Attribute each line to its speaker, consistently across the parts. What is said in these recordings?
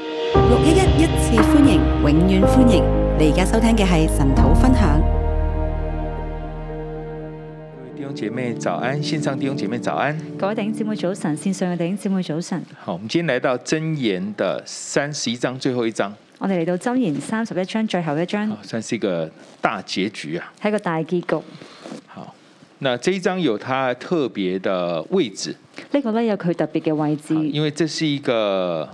Speaker 1: 一一一次歡迎，永遠歡迎！你而家收聽嘅係神土分享。
Speaker 2: 各位弟兄姐妹早安，線上弟兄姐妹早安。
Speaker 3: 各位弟兄姊妹早晨，線上嘅弟兄姊妹早晨。
Speaker 2: 好，我們今天來到箴言的三十一章最後一章，
Speaker 3: 我哋嚟到箴言三十一章最後一章
Speaker 2: 好，，算是一個大結局啊。
Speaker 3: 係一個大結局。
Speaker 2: 好，那這一章有它特別的位置，
Speaker 3: 呢個呢，有佢特別嘅位置，
Speaker 2: 好因為這是一個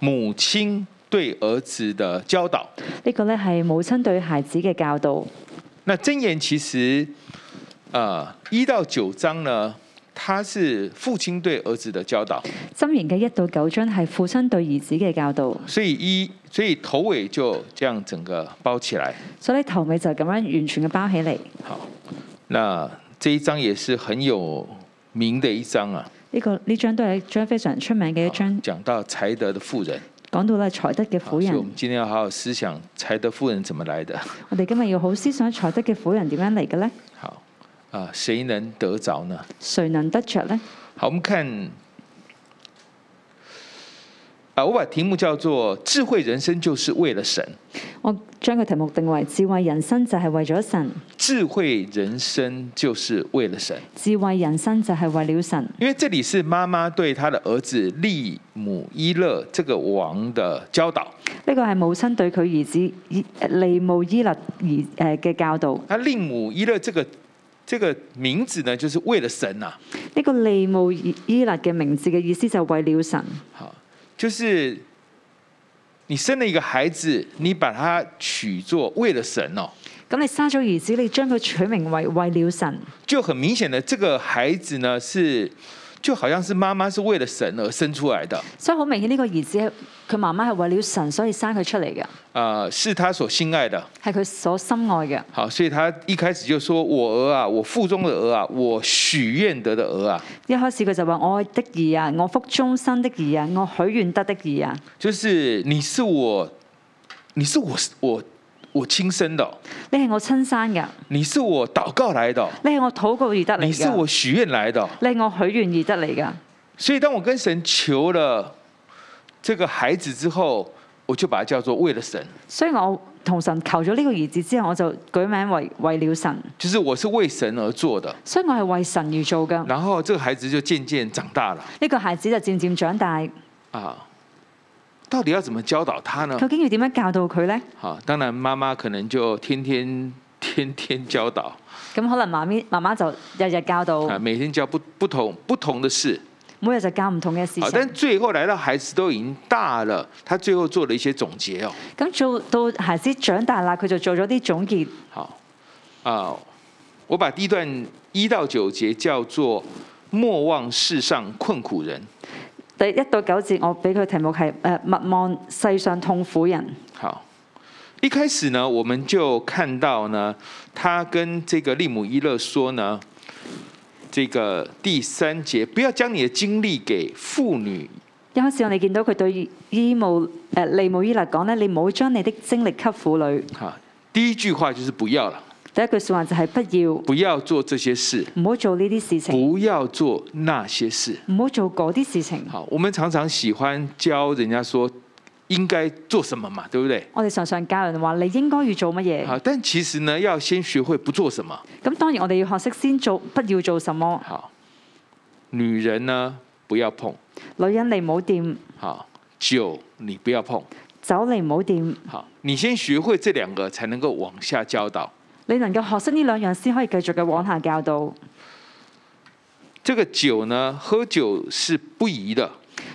Speaker 2: 母親對兒子的教導。
Speaker 3: 呢個呢，係母親對孩子嘅教導。
Speaker 2: 那箴言其實，呃，一到九章呢，它是父親對兒子的教導，
Speaker 3: 箴言嘅一到九章係父親對兒子嘅教導，
Speaker 2: 所以一所以頭尾就這樣整個包起來。
Speaker 3: 所以呢頭尾就咁樣完全嘅包起嚟。
Speaker 2: 好，那這一章也是很有名的一章啊，
Speaker 3: 呢、個呢章都係一章非常出名嘅一章，
Speaker 2: 講到才德的婦人，
Speaker 3: 講到咧才德嘅
Speaker 2: 好
Speaker 3: 婦
Speaker 2: 所以我
Speaker 3: 人。
Speaker 2: 們今天要好好思想才德婦人怎麼來的。
Speaker 3: 我哋今日要好思想才德嘅婦人點樣嚟嘅呢？
Speaker 2: 好，啊，誰能得着呢？
Speaker 3: 誰能得着呢？
Speaker 2: 好，我們看，啊，我把題目叫做“智慧人生就是為了神”。
Speaker 3: 我將個題目定為智慧人生就係為咗神，
Speaker 2: 智慧人生就是為了神，
Speaker 3: 智慧人生就係為了神。
Speaker 2: 因為這裡是媽媽對她的兒子利姆伊勒這個王的教導。
Speaker 3: 呢個係母親對佢兒子以利姆伊勒兒誒嘅教導。呢、
Speaker 2: 那利姆伊勒這個這個名字呢，就是為了神啊呐、
Speaker 3: 個利姆伊勒嘅名字嘅意思就係為了神，
Speaker 2: 好，就是你生了一個孩子，你把他取作為了神哦，
Speaker 3: 咁你生咗兒子，你將佢取名為為了神，
Speaker 2: 就很明顯的，這個孩子呢是就好像是媽媽是為了神而生出來的，
Speaker 3: 所以好明顯呢個兒子佢媽媽係為了神，所以生佢出嚟嘅，
Speaker 2: 呃，是他所心愛的。
Speaker 3: 係佢所深愛嘅。
Speaker 2: 好，所以他一開始就說：“我兒啊，我腹中的兒啊，我許願得的兒啊。
Speaker 3: 一開始佢就話：我的兒啊，我腹中生的兒啊，我許願得的兒啊，”
Speaker 2: 就是你是我，你是我我我親生的哦、
Speaker 3: 你係我親生嘅，
Speaker 2: 你是我禱告來的哦、
Speaker 3: 你係我禱告而得嚟
Speaker 2: 你是我
Speaker 3: 嘅，
Speaker 2: 許願來的哦，
Speaker 3: 你係我許願而得嚟嘅。
Speaker 2: 所以當我跟神求了這個孩子之後，我就把它叫做為了神，
Speaker 3: 所以我同神求咗呢個兒子之後，我就舉名為為了神。
Speaker 2: 就是我是為神而做的。
Speaker 3: 所以我係為神而做㗎。
Speaker 2: 然後這個孩子就漸漸長大了
Speaker 3: 呢個孩子就漸漸長大，
Speaker 2: 啊，到底要怎麼教導他呢？
Speaker 3: 究竟要點樣教導佢呢？
Speaker 2: 好，當然媽媽可能就天天天天教導
Speaker 3: 咁可能媽咪媽媽就日日教導，
Speaker 2: 啊，每天教不不同不同的事。
Speaker 3: 每日就教唔同嘅事
Speaker 2: 好，但
Speaker 3: 情。
Speaker 2: 最後來到孩子都已經大了，他最後做了一些總結哦。
Speaker 3: 咁做到孩子長大啦，佢就做咗啲總結。
Speaker 2: 好，啊，我把第一段一到九節叫做“莫忘世上困苦人
Speaker 3: 第一到九節，我俾佢題目係誒勿忘世上痛苦人。”。
Speaker 2: 好，一開始呢，我們就看到呢，他跟這個利姆伊勒說呢，這個第三節，不要將你的精力給婦女，
Speaker 3: 一開始我哋見到佢對伊姆誒利姆伊勒講咧，你唔好將你的精力給婦女。
Speaker 2: 哈，第一句話就是不要了，
Speaker 3: 第一句説話就係不要，
Speaker 2: 不要做這些事，
Speaker 3: 唔好做呢啲事情，
Speaker 2: 不要做那些事。
Speaker 3: 唔好做嗰啲事情。
Speaker 2: 好，我們常常喜歡教人家說應該做什麼嘛，對不對？
Speaker 3: 我哋常常教人話你應該要做乜嘢。
Speaker 2: 好，但其實呢，要先學會不做什麼。
Speaker 3: 咁當然我哋要學識先做，不要做什麼。
Speaker 2: 好，女人呢不要碰，
Speaker 3: 女人你唔好掂，
Speaker 2: 好，酒你不要碰，
Speaker 3: 酒你唔好掂。
Speaker 2: 好，你先學會這兩個，才能夠往下教導。
Speaker 3: 你能夠學識呢兩樣先可以繼續嘅往下教導。
Speaker 2: 這個酒呢，喝酒是不宜的。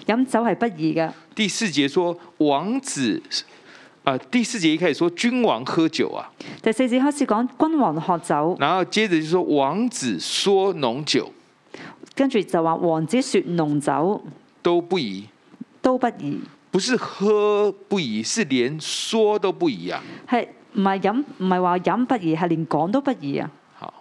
Speaker 3: 飲酒係不宜嘅。
Speaker 2: 第四節說，王子，啊、第四節一開始說君王喝酒啊，
Speaker 3: 第四節開始講君王喝酒，
Speaker 2: 然後接着就說王子說濃酒
Speaker 3: 跟住就話王子說濃酒
Speaker 2: 都不宜，
Speaker 3: 都不宜，
Speaker 2: 不是喝不宜，是連說都不宜啊。
Speaker 3: 係唔係飲唔係話飲不宜，係連講都不宜啊，
Speaker 2: 好，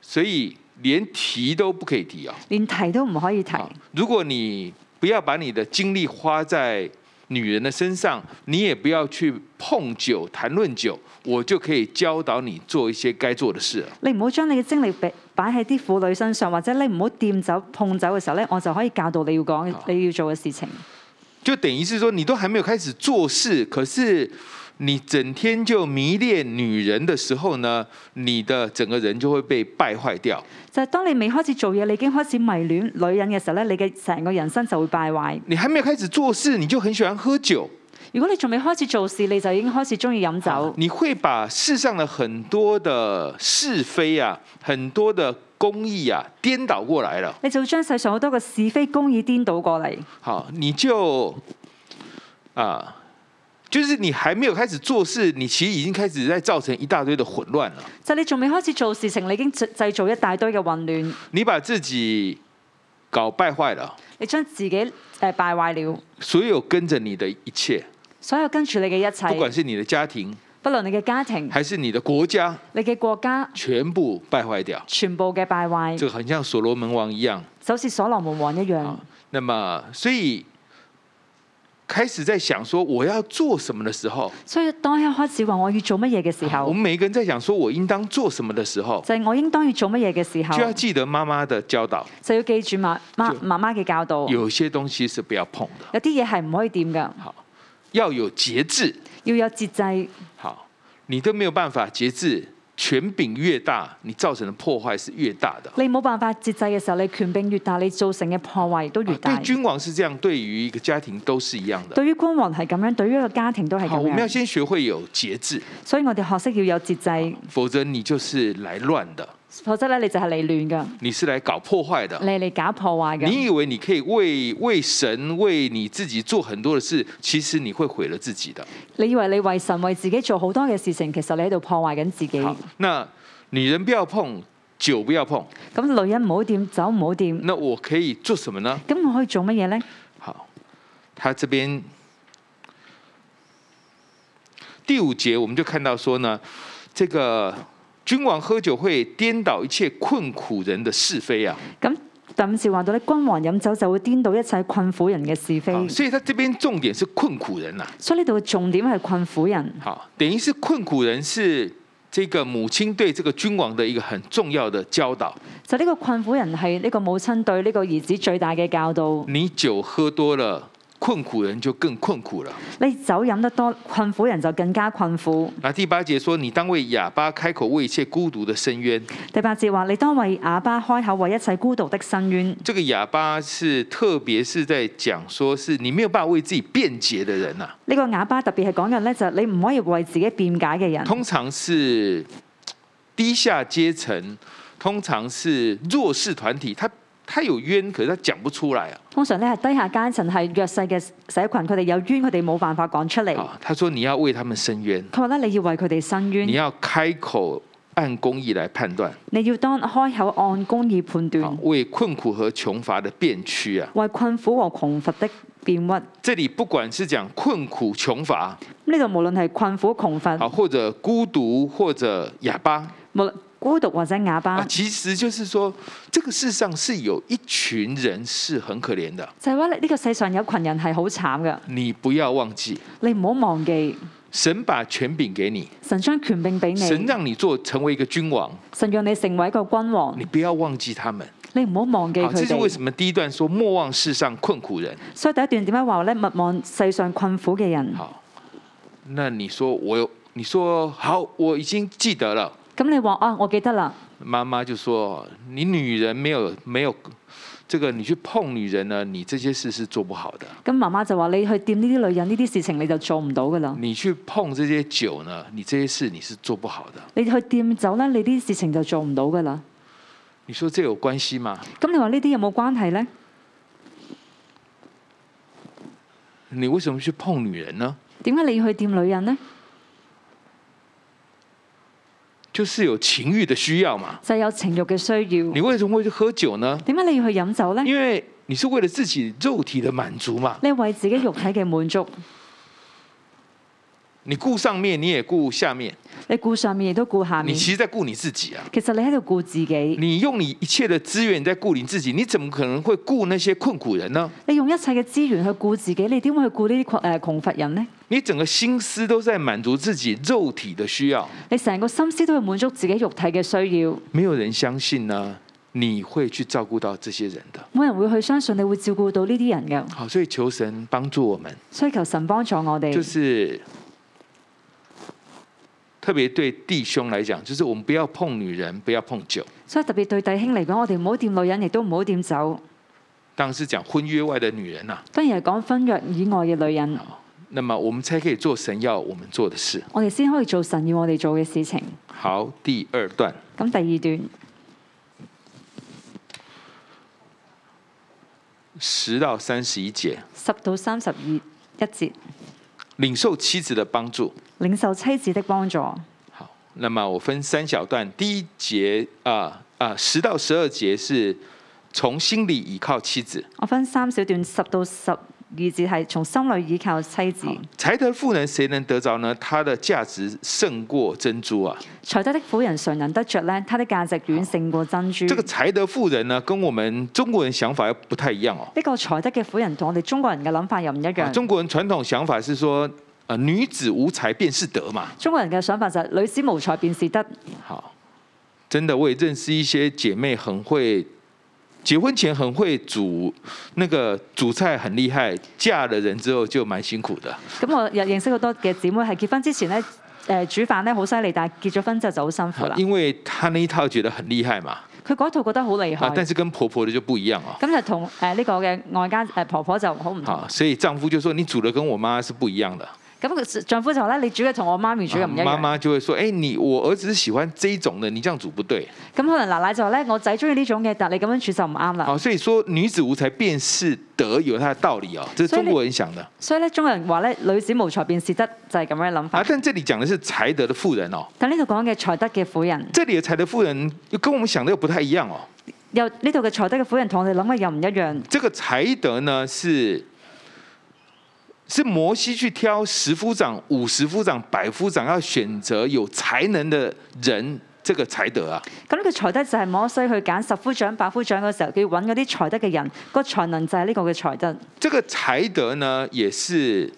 Speaker 2: 所以連提都不可以提啊、
Speaker 3: 連提都唔可以提。
Speaker 2: 好，如果你不要把你的精力花在女人的身上，你也不要去碰酒、谈論酒，我就可以教導你做一些該做的事了。
Speaker 3: 你唔好將你嘅精力俾擺喺啲婦女身上，或者你唔好掂酒碰酒嘅時候咧，我就可以教導你要講
Speaker 2: 好
Speaker 3: 你要做嘅事情。
Speaker 2: 就等于是说你都还没有开始做事，可是你整天就迷恋女人的时候呢，你的整个人就会被败坏掉。
Speaker 3: 就係、當你未開始做嘢，你已經開始迷戀女人嘅時候咧，你嘅成個人生就會敗壞。
Speaker 2: 你还没有开始做事，你就很喜欢喝酒，
Speaker 3: 如果你仲未開始做事，你就已經開始中意飲酒，
Speaker 2: 你会把世上的很多的是非啊，很多的公义啊，颠倒过来了。
Speaker 3: 你就會將世上好多嘅是非公義顛倒過嚟。
Speaker 2: 好，你就啊。就是你还没有开始做事，你其实已经开始在造成一大堆的混乱了。
Speaker 3: 就係你仲未開始做事情，你已經製製造一大堆嘅混亂，
Speaker 2: 你把自己搞败坏了，
Speaker 3: 你將自己誒敗壞了。
Speaker 2: 所有跟着你的一切，
Speaker 3: 所有跟住你嘅一
Speaker 2: 不管
Speaker 3: 切，
Speaker 2: 是你的家庭
Speaker 3: 不論你嘅家庭、
Speaker 2: 还是你的国家，
Speaker 3: 你嘅國家，
Speaker 2: 全部败坏掉。
Speaker 3: 全部嘅敗壞，
Speaker 2: 这个很像所罗门王一样。
Speaker 3: 就好似所羅門王一樣。
Speaker 2: 啊那么，所以开始在想说我要做什么的时候，啊
Speaker 3: 所以當一開始話我要做乜嘢嘅時
Speaker 2: 我
Speaker 3: 候，
Speaker 2: 们每一个人在想说我应当做什么的时候，
Speaker 3: 就係我應當要做乜嘢嘅時
Speaker 2: 就要
Speaker 3: 候，
Speaker 2: 记得妈妈的教导，
Speaker 3: 就要記住媽媽
Speaker 2: 就
Speaker 3: 媽媽嘅教導。
Speaker 2: 有些东西是不要碰的，
Speaker 3: 有啲嘢係唔可以掂噶，
Speaker 2: 好，要有节制，
Speaker 3: 要有節制。
Speaker 2: 好，你都没有办法节制，权柄越大，你造成的破坏是越大的。啊
Speaker 3: 你冇辦法節制嘅時候，你權柄越大，你造成嘅破壞亦都越
Speaker 2: 啊
Speaker 3: 大
Speaker 2: 对。君王是这样，对于一个家庭都是一样的。
Speaker 3: 對於君王係咁樣，對於一個家庭都係
Speaker 2: 好，我
Speaker 3: 咁
Speaker 2: 们要
Speaker 3: 樣，
Speaker 2: 先学会有节制，
Speaker 3: 所以我哋學識要有節制，
Speaker 2: 否则你就是来乱的，
Speaker 3: 否則咧你就係嚟亂噶，
Speaker 2: 你是来搞破坏的
Speaker 3: 你。係嚟搞破壞
Speaker 2: 你
Speaker 3: 嘅。
Speaker 2: 以为你可以为为神为你自己做很多的事，其实你会毁了自己的。
Speaker 3: 你以為你為神為自己做好多嘅事情，其實你喺度破壞緊自己。
Speaker 2: 好，那女人不要碰，酒不要碰。
Speaker 3: 咁女人唔好掂，酒唔好掂。
Speaker 2: 那我可以做什么呢？
Speaker 3: 咁我可以做乜嘢呢？
Speaker 2: 好，他这边第五节我们就看到说呢，这个君王喝酒会颠倒一切困苦人的是非啊。
Speaker 3: 咁第五節話到咧，君王飲酒就會顛倒一切困苦人嘅是非，
Speaker 2: 好所以他这边重点是困苦人啊呐、
Speaker 3: 所以呢度嘅重點係困苦人。
Speaker 2: 好，等于是困苦人是这个母亲对这个君王的一个很重要的教导。
Speaker 3: 就呢個困苦人係呢個母親對呢個兒子最大嘅教導。
Speaker 2: 你酒喝多了，困苦人就更困苦了。
Speaker 3: 你酒飲得多，困苦人就更加困苦。
Speaker 2: 那第八节说，你当为哑巴开口，为一切孤独的伸冤。
Speaker 3: 第八節話：你當為啞巴開口，為一切孤獨的伸冤。
Speaker 2: 这个哑巴是，特别是在讲说是你没有办法为自己辩解的人呐、啊
Speaker 3: 呢、個啞巴特別係講緊呢，就係你唔可以為自己辯解嘅人，
Speaker 2: 通常是低下阶层，通常是弱势团体，他他有冤，可是他讲不出来啊。
Speaker 3: 通常呢係低下階層係弱勢嘅社群，佢哋有冤，佢哋冇辦法講出嚟。
Speaker 2: 啊，他说你要为他们伸冤，
Speaker 3: 佢話咧，你要為佢哋伸冤
Speaker 2: 你，要开口按公义来判断，
Speaker 3: 你要當開口按公義判
Speaker 2: 啊
Speaker 3: 斷，，
Speaker 2: 为困苦和窮乏的辩屈啊。
Speaker 3: 為困苦和窮乏的辯屈。
Speaker 2: 这里不管是讲困苦、穷乏，
Speaker 3: 呢度無論係困苦、窮乏，
Speaker 2: 啊，或者孤独，或者哑巴
Speaker 3: 無論孤獨或者啞巴
Speaker 2: 啊，。其实就是说，这个世上是有一群人是很可怜的，
Speaker 3: 就係話呢個世上有群人係好慘嘅，
Speaker 2: 你不要忘记，
Speaker 3: 你唔好忘記
Speaker 2: 神把权柄给你，
Speaker 3: 神將權柄俾你，
Speaker 2: 神啊
Speaker 3: 神
Speaker 2: 让你做成为一个君王，
Speaker 3: 讓你成為一個君王
Speaker 2: 你，不啊要忘记他们。
Speaker 3: 你唔好忘記
Speaker 2: 好，
Speaker 3: 佢
Speaker 2: 这是为
Speaker 3: 哋。
Speaker 2: 什么第一段说莫忘世上困苦人。
Speaker 3: 所以第一段點解話咧勿忘世上困苦嘅人？
Speaker 2: 好，那你说我有，你说好，我已经记得了。
Speaker 3: 咁你話啊，我記得啦。
Speaker 2: 妈妈就说：“你女人没有没有这个，你去碰女人呢，你这些事是做不好的。
Speaker 3: 咁媽媽就話你去掂呢啲女人呢啲事情你就做唔到噶啦，
Speaker 2: 你去碰这些酒呢，你这些事你是做不好的。
Speaker 3: 你去掂酒咧你啲事情就做唔到噶啦。
Speaker 2: 你说这有关系吗？
Speaker 3: 咁你話呢啲有冇關係呢？
Speaker 2: 你为什么去碰女人呢？
Speaker 3: 點解你要去掂女人呢？
Speaker 2: 就是有情欲的需要嘛。
Speaker 3: 就係有情欲嘅需要。
Speaker 2: 你为什么会去喝酒呢？
Speaker 3: 點解你要去飲酒呢？
Speaker 2: 因为你是为了自己肉体的满足嘛。
Speaker 3: 你為自己肉體嘅滿足，
Speaker 2: 你顾上面，你也顾下面，
Speaker 3: 你顧上面亦都顧下
Speaker 2: 你
Speaker 3: 面。
Speaker 2: 其实在顾你自己啊。
Speaker 3: 其實你喺度顧自己，
Speaker 2: 你用你一切的资源在顾你自己，你怎么可能会顾那些困苦人呢？
Speaker 3: 你用一切嘅資源去顧自己，你點會去顧呢啲誒窮乏人呢？
Speaker 2: 你整个心思都在满足自己肉体的需要，
Speaker 3: 你成個心思都去滿足自己肉體嘅需要，
Speaker 2: 没有人相信呢、你会去照顾到这些人的。
Speaker 3: 冇人會去相信你會照顧到呢啲人嘅。
Speaker 2: 好，所以求神帮助我们，
Speaker 3: 所以求神幫助我哋，
Speaker 2: 就是特别对弟兄来讲，就是我们不要碰女人，不要碰酒。
Speaker 3: 所以特別對弟兄嚟講，我哋唔好掂女人，亦都唔好掂酒。
Speaker 2: 当然是講婚約外的女人呐、
Speaker 3: 當然係講婚約以外嘅女人，
Speaker 2: 那么我们才可以做神要我们做的事。
Speaker 3: 我哋先可以做神要我哋做嘅事情。
Speaker 2: 好，第二段，
Speaker 3: 咁第二段
Speaker 2: 十到三十一节，
Speaker 3: 十到三十二一節，
Speaker 2: 领受妻子的帮助。
Speaker 3: 領受妻子的幫助。
Speaker 2: 好，那么我分三小段，第一节啊啊十到十二节是从心里倚靠妻子。
Speaker 3: 我分三小段，十到十二節係從心裏倚靠妻子。
Speaker 2: 才德妇人谁能得着呢？她的价值胜过珍珠啊！
Speaker 3: 才德的婦人常能得着呢，她的價值遠勝過珍珠。
Speaker 2: 这个才德妇人呢，跟我们中国人想法又不太一样哦。
Speaker 3: 呢個才德嘅婦人同我哋中國人嘅諗法又唔一
Speaker 2: 啊
Speaker 3: 樣。
Speaker 2: 中国人传统想法是说，呃，女子无才便是德嘛。
Speaker 3: 中國人嘅想法就係、女子無才便是德。
Speaker 2: 好，真的我也认识一些姐妹很会，结婚前很会煮那个煮菜很厉害，嫁了人之后就蛮辛苦的。
Speaker 3: 咁我又認識好多嘅姊妹係結婚之前咧，誒、煮飯咧好犀利，但係結咗婚之後就好辛苦啦。
Speaker 2: 啊因为她那一套觉得很厉害嘛，
Speaker 3: 佢嗰套覺得好厲害，
Speaker 2: 啊，但
Speaker 3: 咁、
Speaker 2: 是跟婆婆的就不一样哦。
Speaker 3: 就同誒呢個嘅外家誒、呃婆婆就好唔同。
Speaker 2: 好，所以丈夫就说你煮的跟我妈是不一样的，
Speaker 3: 咁佢丈夫就話咧，你煮嘅同我媽咪煮嘅唔一
Speaker 2: 妈
Speaker 3: 樣。
Speaker 2: 妈就会说，哎、你我儿子是喜欢这一种的，你这样煮不对。
Speaker 3: 咁可能奶奶就話咧，我仔中意呢種嘅，但你咁樣煮就唔啱啦。
Speaker 2: 好，所以说女子无才便是德，有它的道理哦，这是
Speaker 3: 所以
Speaker 2: 中
Speaker 3: 你
Speaker 2: 国人想的
Speaker 3: 所以咧，中國人話咧，女子無才便是德，就係、咁樣諗法。
Speaker 2: 啊。但这里讲的是才德的妇人哦，
Speaker 3: 但呢度講嘅才德嘅婦人，
Speaker 2: 这里的才德妇人又跟我们想的又不太一样哦。
Speaker 3: 又呢度嘅才德嘅婦人同我哋諗嘅又唔一樣。
Speaker 2: 这个才德呢是是摩西去挑十夫长、五十夫长、百夫长，要选择有才能的人，这个才德啊。
Speaker 3: 咁呢個才德就係摩西去揀十夫長、百夫長嘅時候，佢要揾嗰啲才德嘅人，個才能就係呢個嘅才德。
Speaker 2: 这个才德呢，也是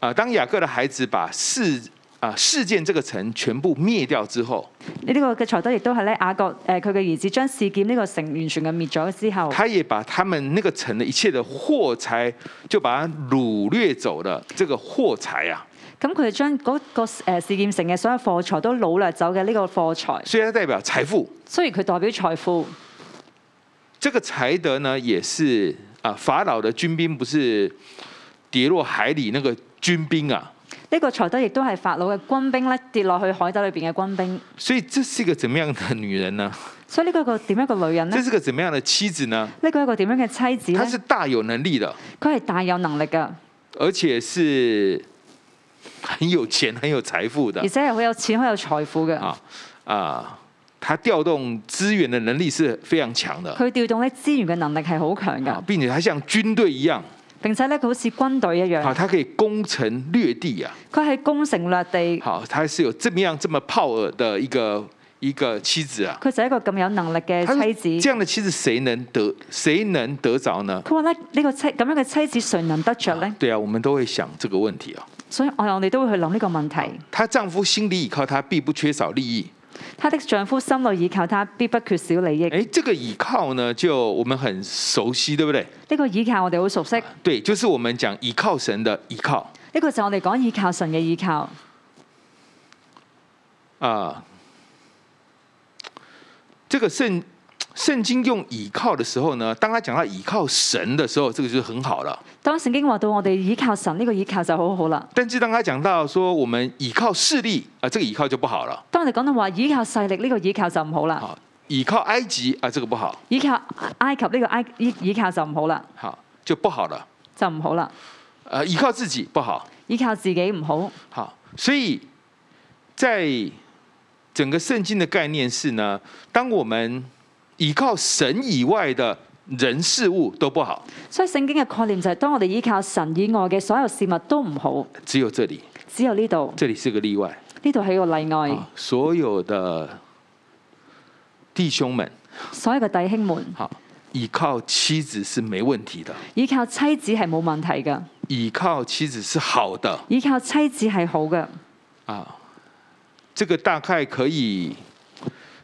Speaker 2: 啊、当雅各的孩子把事啊、事件这个城全部灭掉之后，
Speaker 3: 呢個嘅才德亦都係咧雅各誒佢嘅兒子將事件呢個城完全嘅滅咗之後，
Speaker 2: 他也把他们那个城的一切的货财，就把它掳掠走了。这个货财啊，
Speaker 3: 咁佢就將嗰個誒事件城嘅所有貨財都擄掠走嘅呢個貨財。
Speaker 2: 所以它代表财富。
Speaker 3: 雖然佢代表財富，
Speaker 2: 这个才德呢，也是啊，法老的军兵不是跌落海里那个军兵啊，
Speaker 3: 呢個才德亦都係法老嘅軍兵咧跌落去海底裏邊嘅軍兵。
Speaker 2: 所以这是一个怎么样的女人呢？
Speaker 3: 所以呢個個點樣一個女人呢
Speaker 2: 这？是个怎么样的妻子呢？
Speaker 3: 呢個一個點樣嘅妻子
Speaker 2: 她
Speaker 3: 呢？
Speaker 2: 是大有能力的，
Speaker 3: 佢係大有能力嘅，
Speaker 2: 而且是很有钱、很有财富的
Speaker 3: 而且係好有錢、好有財富嘅。
Speaker 2: 啊啊！她调动资源的能力是非常强的
Speaker 3: 佢調動咧資源嘅能力係好強
Speaker 2: 啊
Speaker 3: 嘅，，
Speaker 2: 并且她像军队一样
Speaker 3: 並且咧佢好似軍隊一
Speaker 2: 啊，
Speaker 3: 樣，
Speaker 2: 她可以攻城略地啊！
Speaker 3: 佢係攻城掠地，
Speaker 2: 好，她是有这么样这么 power 的一个一个妻子啊。
Speaker 3: 佢就係一個咁有能力
Speaker 2: 他
Speaker 3: 嘅
Speaker 2: 说
Speaker 3: 妻
Speaker 2: 这
Speaker 3: 子。
Speaker 2: 样的妻子谁能得谁能得着呢？
Speaker 3: 佢話咧呢個妻咁樣嘅妻子誰能得着呢？
Speaker 2: 对啊，我们都会想这个问题啊。
Speaker 3: 所以我我哋都會去諗呢個問題。
Speaker 2: 她丈夫心里倚靠她，必不缺少利益。
Speaker 3: 她的丈夫心裏倚靠她，必不缺少利益。呢、
Speaker 2: 哎，这个倚靠呢，就我们很熟悉，对不对？
Speaker 3: 個倚靠我哋好熟悉，呢、
Speaker 2: 对，就是我们讲倚靠神的倚靠
Speaker 3: 個就係我哋講倚靠神嘅倚靠。
Speaker 2: 啊、这个圣圣经用倚靠的时候呢，当他讲到倚靠神的时候，这个就很好了。
Speaker 3: 當聖經話到我哋倚靠神呢、個倚靠就好好啦。
Speaker 2: 但是当他讲到说我们倚靠势力啊、这个倚靠就不好了。
Speaker 3: 當我哋講到話倚靠勢力呢、個倚靠就唔好啦，
Speaker 2: 好，倚靠埃及啊、这个不好，
Speaker 3: 倚靠埃及呢、個埃依倚靠就唔好啦，
Speaker 2: 好就不好了。
Speaker 3: 就唔好啦。
Speaker 2: 呃，依靠自己不好，
Speaker 3: 依靠自己唔好。
Speaker 2: 好，所以在整个圣经的概念是呢，当我们依靠神以外的人事物都不好，
Speaker 3: 所以聖經嘅概念就係當我哋依靠神以外嘅所有事物都唔好，
Speaker 2: 只有这里，
Speaker 3: 只有呢度，
Speaker 2: 这里是个例外
Speaker 3: 呢度係個例外
Speaker 2: 啊。，所有的弟兄们，
Speaker 3: 所有嘅弟兄們
Speaker 2: 好，依靠妻子是没问题的，
Speaker 3: 依靠妻子係冇問題嘅，
Speaker 2: 依靠妻子是好的
Speaker 3: 依靠妻子係好嘅。
Speaker 2: 啊，这个大概可以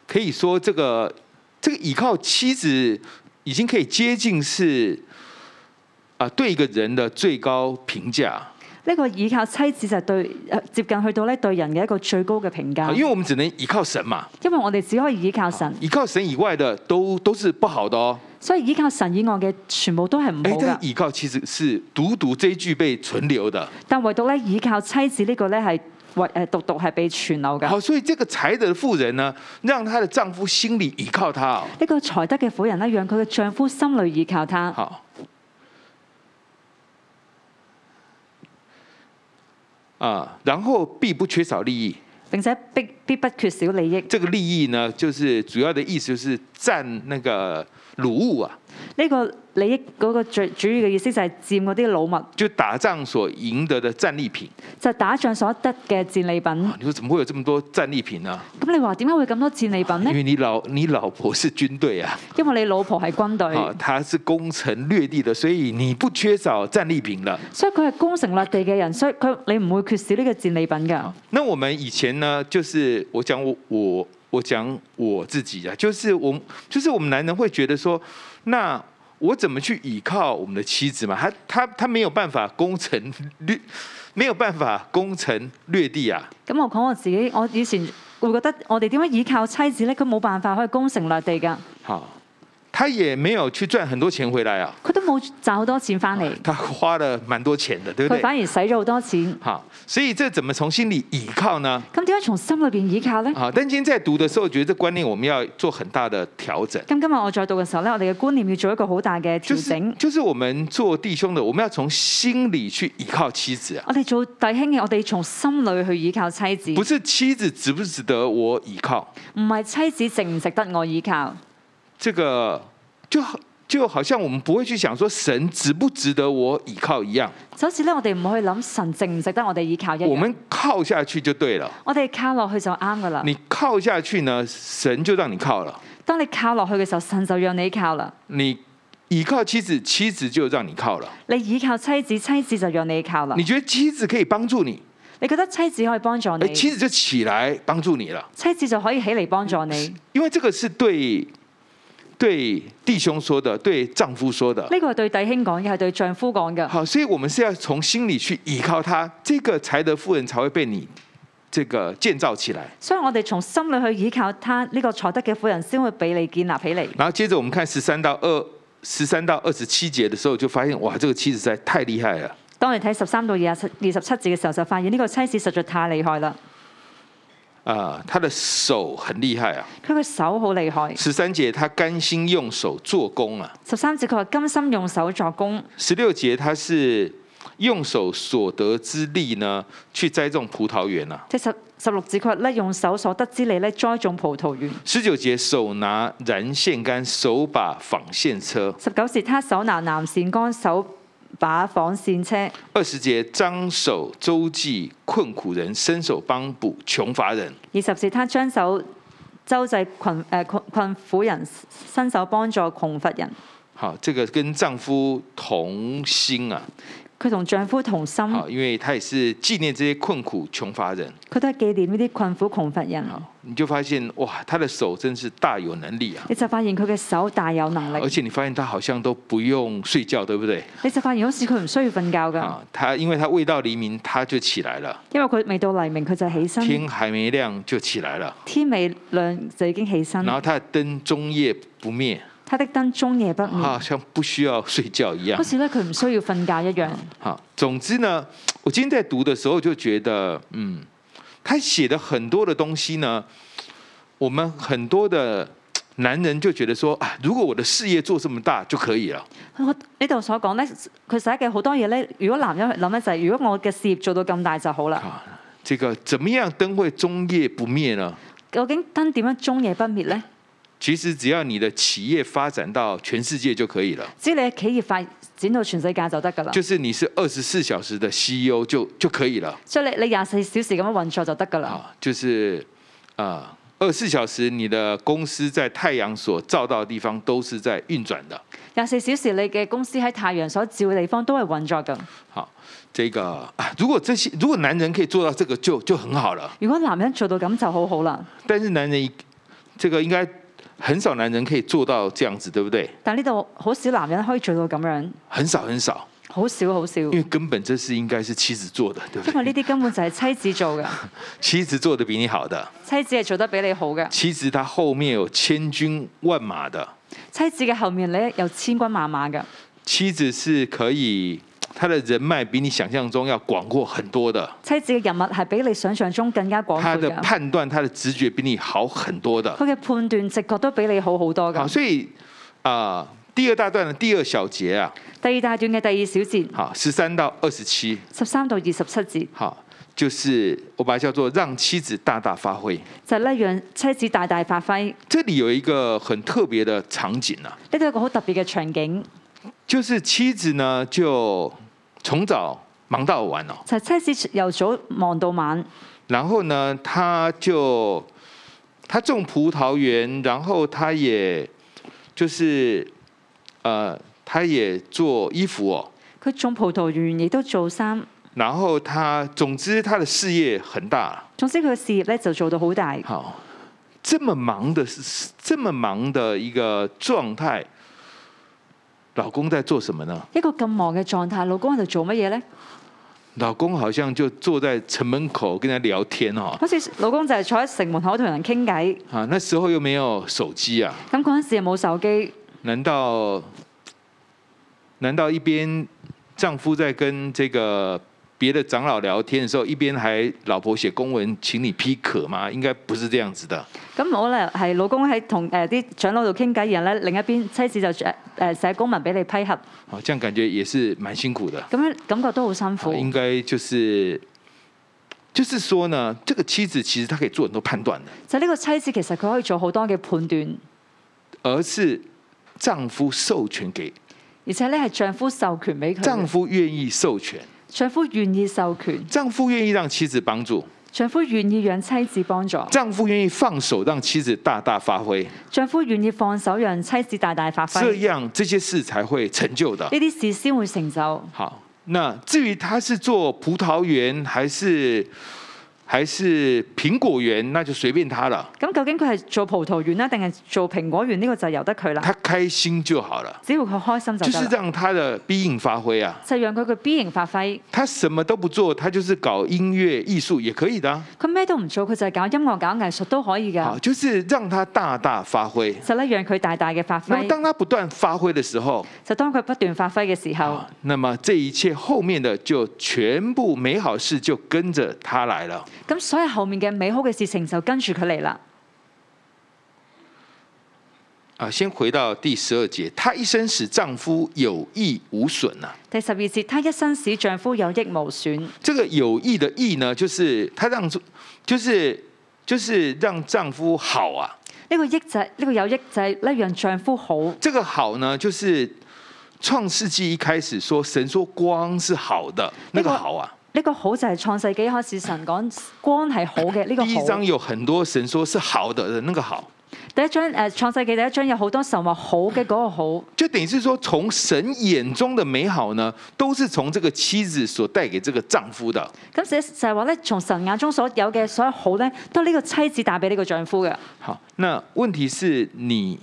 Speaker 2: 可以说这个这个倚靠妻子已经可以接近是啊、对一个人的最高评价。
Speaker 3: 呢個倚靠妻子就對呃接近去到咧對人嘅一個最高嘅評
Speaker 2: 啊
Speaker 3: 價，
Speaker 2: 因为我们只能依靠神嘛，
Speaker 3: 因為我哋只可以倚靠神，
Speaker 2: 依靠神以外的都都是不好的哦。
Speaker 3: 所以倚靠神以外嘅全部都係唔
Speaker 2: 哎
Speaker 3: 嗯好，
Speaker 2: 但
Speaker 3: 㗎。
Speaker 2: 是依靠其实是独独这一句被存留的。
Speaker 3: 但唯獨咧倚靠妻子呢個咧係唯誒獨獨係被存留㗎。
Speaker 2: 好，所以这个才德的妇人呢，让她的丈夫心里依靠她、哦。
Speaker 3: 呢個才德嘅婦人咧，讓佢嘅丈夫心裏倚靠她。
Speaker 2: 好。啊，然后必不缺少利益。
Speaker 3: 並且必必不缺少利益。呢、
Speaker 2: 这个利益呢，就是主要的意思就是占那个掳物啊，
Speaker 3: 個利益嗰個最主要嘅意思就係佔嗰啲老物，
Speaker 2: 就打仗所赢得的战利品。
Speaker 3: 就係打仗所得嘅戰利品。
Speaker 2: 啊，你说怎么会有这么多战利品呢？
Speaker 3: 咁你話點解會咁多戰利品呢
Speaker 2: 因？为你老你老婆是军队啊，
Speaker 3: 因為你老婆係軍
Speaker 2: 啊
Speaker 3: 隊，，
Speaker 2: 她是攻城略地的，所以你不缺少战利品了。
Speaker 3: 所以佢係攻城略地嘅人，所以佢你唔會缺少呢個戰利品㗎。
Speaker 2: 那我们以前呢，就是我讲我我我讲我自己啊，就是我就是我们男人会觉得说，那我怎么去倚靠我们的妻子嘛？他他他没有办法攻城略，没有办法攻城略地啊。
Speaker 3: 咁我講我自己，我以前會覺得我哋點樣倚靠妻子呢？佢冇辦法可以攻城略地㗎，
Speaker 2: 好，他也没有去赚很多钱回来啊，
Speaker 3: 佢都冇賺好多錢翻嚟，
Speaker 2: 他花了蛮多钱的，对不
Speaker 3: 佢
Speaker 2: 对？
Speaker 3: 反而使咗好多錢。
Speaker 2: 好，所以这怎么从心里倚靠呢？
Speaker 3: 咁點解從心裏邊倚靠呢？
Speaker 2: 啊，但今天在读的时候，觉得这观念我们要做很大的调整。
Speaker 3: 咁今日我再讀嘅時候呢，我哋嘅觀念要做一個好大嘅
Speaker 2: 就
Speaker 3: 調整。
Speaker 2: 是就是我们做弟兄的，我们要从心里去依靠妻子啊，
Speaker 3: 我哋做弟兄嘅，我哋從心裏去倚靠妻子，
Speaker 2: 不是妻子值不值得我依靠，
Speaker 3: 唔係妻子值唔值得我倚靠。
Speaker 2: 这个就好就好像我们不会去想说神值不值得我依靠一样，
Speaker 3: 就好似咧，我哋唔去諗神值唔值得我哋倚靠一
Speaker 2: 我
Speaker 3: 樣。
Speaker 2: 们靠下去就对了。
Speaker 3: 我哋靠落去就啱噶啦。
Speaker 2: 你靠下去呢，神就让你靠了；
Speaker 3: 當你靠落去嘅時候，神就讓你靠啦。
Speaker 2: 你依靠妻子，妻子就让你靠了。
Speaker 3: 你倚靠妻子，妻子就讓你靠啦
Speaker 2: 你。觉得妻子可以帮助你，
Speaker 3: 你覺得妻子可以幫助
Speaker 2: 哎，
Speaker 3: 你，
Speaker 2: 妻子就起来帮助你了，
Speaker 3: 妻子就可以起嚟幫助你。
Speaker 2: 因为这个是对对弟兄说的，对丈夫说的。
Speaker 3: 呢個係對弟兄講嘅，係對丈夫講嘅。
Speaker 2: 好，所以我们是要从心里去依靠他，这个才德妇人才会被你这个建造起来。
Speaker 3: 所以我哋從心裏去倚靠他，呢個才德嘅婦人先會俾你建立起嚟。
Speaker 2: 然后接着我们看十三到二十三到二十七节的时候，就发现哇，这个妻子实在太厉害了。
Speaker 3: 當你睇十三到廿七二十七節嘅時候，就發現呢個妻子實在太厲害啦。
Speaker 2: 啊、她的手很厲害啊！
Speaker 3: 佢嘅手好厲害。
Speaker 2: 十三节她甘心用手做工啊，
Speaker 3: 十三節佢話甘心用手作工。
Speaker 2: 十六节她是用手所得之力呢，去栽种葡萄园啊。
Speaker 3: 即係十十六節佢話咧用手所得之利咧栽種葡萄園。
Speaker 2: 十九节手拿燃线杆，手把纺线车。
Speaker 3: 十九節他手拿南線杆，手把紡線車。
Speaker 2: 二十节，张手周济困苦人，伸手帮补穷乏人。
Speaker 3: 二十節他將手周濟困誒困困苦人，伸手幫助窮乏人。
Speaker 2: 好，这个跟丈夫同心啊，
Speaker 3: 佢同丈夫同心，
Speaker 2: 好，因为他也是纪念这些困苦穷乏人。
Speaker 3: 佢都係紀念呢啲困苦窮乏人。
Speaker 2: 好，你就发现哇，他的手真是大有能力啊，
Speaker 3: 你就發現佢嘅手大有能
Speaker 2: 而
Speaker 3: 力，
Speaker 2: 且你发现他好像都不用睡觉，对不对？
Speaker 3: 你就發現好似佢唔需要瞓覺㗎，
Speaker 2: 啊，他因为他未到黎明他就起来了，
Speaker 3: 因為佢未到黎明佢就起身，
Speaker 2: 天还没亮就起来了，
Speaker 3: 天未亮就已經起身
Speaker 2: 然。后他的灯终夜不灭，
Speaker 3: 他的燈終夜不滅，
Speaker 2: 好像不需要睡觉一样
Speaker 3: 好。似咧佢唔需要瞓覺一樣。
Speaker 2: 好，总之呢，我今天在读的时候就觉得，嗯，他写的很多的东西呢，我们很多的男人就觉得说啊，如果我的事业做这么大就可以了，
Speaker 3: 我呢度所講咧，佢寫嘅好多嘢咧，如果男人去諗咧就係、如果我嘅事業做到咁大就好啦。
Speaker 2: 这个怎么样灯会终夜不灭呢？
Speaker 3: 究竟燈點樣終夜不滅咧？
Speaker 2: 其实只要你的企业发展到全世界就可以了，
Speaker 3: 只要你嘅企業發展到全世界就得㗎啦。
Speaker 2: 就是你是二十四小时的 CEO 就就可以了
Speaker 3: 所以你你廿四小時咁樣運作就得㗎啦。
Speaker 2: 啊，就是啊。二十四小时，你的公司在太阳所照到的地方都是在运转的。
Speaker 3: 廿四小時你嘅公司喺太陽所照嘅地方都係運作㗎。
Speaker 2: 好，这个啊如果这些如果男人可以做到这个就就很好了，
Speaker 3: 如果男人做到咁就好好啦。
Speaker 2: 但是男人一这个应该很少男人可以做到这样子，对不对？
Speaker 3: 但呢度好少男人可以做到咁樣，
Speaker 2: 很少很少，
Speaker 3: 好少好少，因
Speaker 2: 因为根本这是应该是妻子做的，对 不
Speaker 3: 為
Speaker 2: 对？
Speaker 3: 呢啲根本就係妻子做嘅，
Speaker 2: 妻子做的比你好的，
Speaker 3: 妻子係做得比你好嘅，
Speaker 2: 妻子她后面有千军万马的，
Speaker 3: 妻子嘅後面你有千軍萬馬嘅，
Speaker 2: 妻子是可以，她的人脉比你想象中要广阔很多的，
Speaker 3: 妻子嘅人物係比你想象中更加廣
Speaker 2: 她
Speaker 3: 闊
Speaker 2: 的
Speaker 3: 嘅，
Speaker 2: 判断、她的直觉比你好很多的。
Speaker 3: 佢嘅判斷直覺都比你好好多
Speaker 2: 好，
Speaker 3: 嘅。
Speaker 2: 所以啊、第二大段的第二小节啊，
Speaker 3: 第二大段嘅第二小節，
Speaker 2: 好，十三到二十七，
Speaker 3: 十三到二十七節，
Speaker 2: 好，就是我把它叫做让妻子大大发挥。
Speaker 3: 就係咧讓妻子大大發揮。
Speaker 2: 这里有一个很特别的场景啊，
Speaker 3: 呢度有一個好特別嘅場景，
Speaker 2: 就是妻子呢就从早忙到晚哦，
Speaker 3: 就係、妻子由早忙到晚，
Speaker 2: 然后呢，她就她种葡萄园，然后她也就是呃，她也做衣服哦，
Speaker 3: 佢種葡萄園亦都做衫，
Speaker 2: 然后她总之她的事业很大。啊
Speaker 3: 總之佢嘅事業咧就做到好大。
Speaker 2: 好，这么忙的是这么忙的一个状态，老公在做什么呢？
Speaker 3: 一個咁忙嘅狀態，老公喺度做乜嘢呢？
Speaker 2: 老公好像就坐在城門口跟他聊天哦。
Speaker 3: 好似老公就係坐喺城門口同人傾偈，
Speaker 2: 啊，那时候又没有手機啊，
Speaker 3: 咁嗰陣時又冇手機，
Speaker 2: 难道难道一边丈夫在跟这个别的长老聊天的时候，一边还老婆写公文请你批可吗？应该不是这样子的。
Speaker 3: 咁我咧係老公喺同誒啲長老度傾偈，然後咧另一邊妻子就誒誒寫公文俾你批核，
Speaker 2: 好，這樣哦感覺也是蠻辛苦的。
Speaker 3: 咁樣感覺都好辛苦
Speaker 2: 啊，。应该就是，就是说呢，这个妻子其实她可以做很多判断的，
Speaker 3: 就呢個妻子其實佢可以做好多嘅判斷，
Speaker 2: 而是丈夫授权给，
Speaker 3: 而且咧係丈夫授權俾
Speaker 2: 丈
Speaker 3: 佢，
Speaker 2: 夫愿意授权，
Speaker 3: 丈夫願意授權，
Speaker 2: 丈夫願意讓妻子幫助，
Speaker 3: 丈夫願意讓妻子幫助，
Speaker 2: 丈夫願意放手讓妻子大大发挥，
Speaker 3: 丈夫願意放手讓妻子大大發
Speaker 2: 这
Speaker 3: 揮，呢
Speaker 2: 样这些事才会成就的。
Speaker 3: 啲事先會成就。
Speaker 2: 好，那至于他是做葡萄园还是还是苹果园，那就随便他了，
Speaker 3: 咁究竟佢係做葡萄園啦，啊定係做蘋果園？呢、個就由得佢啦，
Speaker 2: 他开心就好了，
Speaker 3: 只要佢開心就
Speaker 2: 就
Speaker 3: 得
Speaker 2: 是
Speaker 3: 啦。
Speaker 2: 让他的必应发挥啊。
Speaker 3: 就讓佢嘅 B 型發揮，
Speaker 2: 他什么都不做，他就是搞音乐艺术也可以的啊。
Speaker 3: 佢咩都唔做，佢就係搞音樂、搞藝術都可以
Speaker 2: 好，
Speaker 3: 㗎。
Speaker 2: 就是让他大大发挥。
Speaker 3: 就咧讓佢大大嘅發
Speaker 2: 那么
Speaker 3: 揮，
Speaker 2: 当他不断发挥的时候，
Speaker 3: 就當佢不斷發揮嘅時候
Speaker 2: 啊，，那么这一切后面的就全部美好事就跟着他来了。
Speaker 3: 咁所有後面嘅美好嘅事情就跟住佢嚟啦。
Speaker 2: 啊，先回到第十二节，她一生使丈夫有益无损呐、啊。
Speaker 3: 第十二節，她一生使丈夫有益無損。
Speaker 2: 这个有益的益呢，就是她让，就是就是让丈夫好啊。
Speaker 3: 呢、個益就係呢個有益就係咧讓丈夫好。呢、
Speaker 2: 这个好呢，就是创世纪一开始说神说光是好的那个
Speaker 3: 那个
Speaker 2: 好啊。
Speaker 3: 個好就係創世紀開始神講光係 好哦嘅呢、個
Speaker 2: 第一章
Speaker 3: 好。
Speaker 2: 有很多神说是好的的那个好，
Speaker 3: 第一章誒、呃、創世紀第一章有好多神話好嘅嗰個好，
Speaker 2: 就等于是说，从神眼中的美好呢，都是从这个妻子所带给这个丈夫的。
Speaker 3: 咁就就係話咧從神眼中所有嘅所有好咧，都係呢個妻子帶俾呢個丈夫嘅。
Speaker 2: 好，那问题是你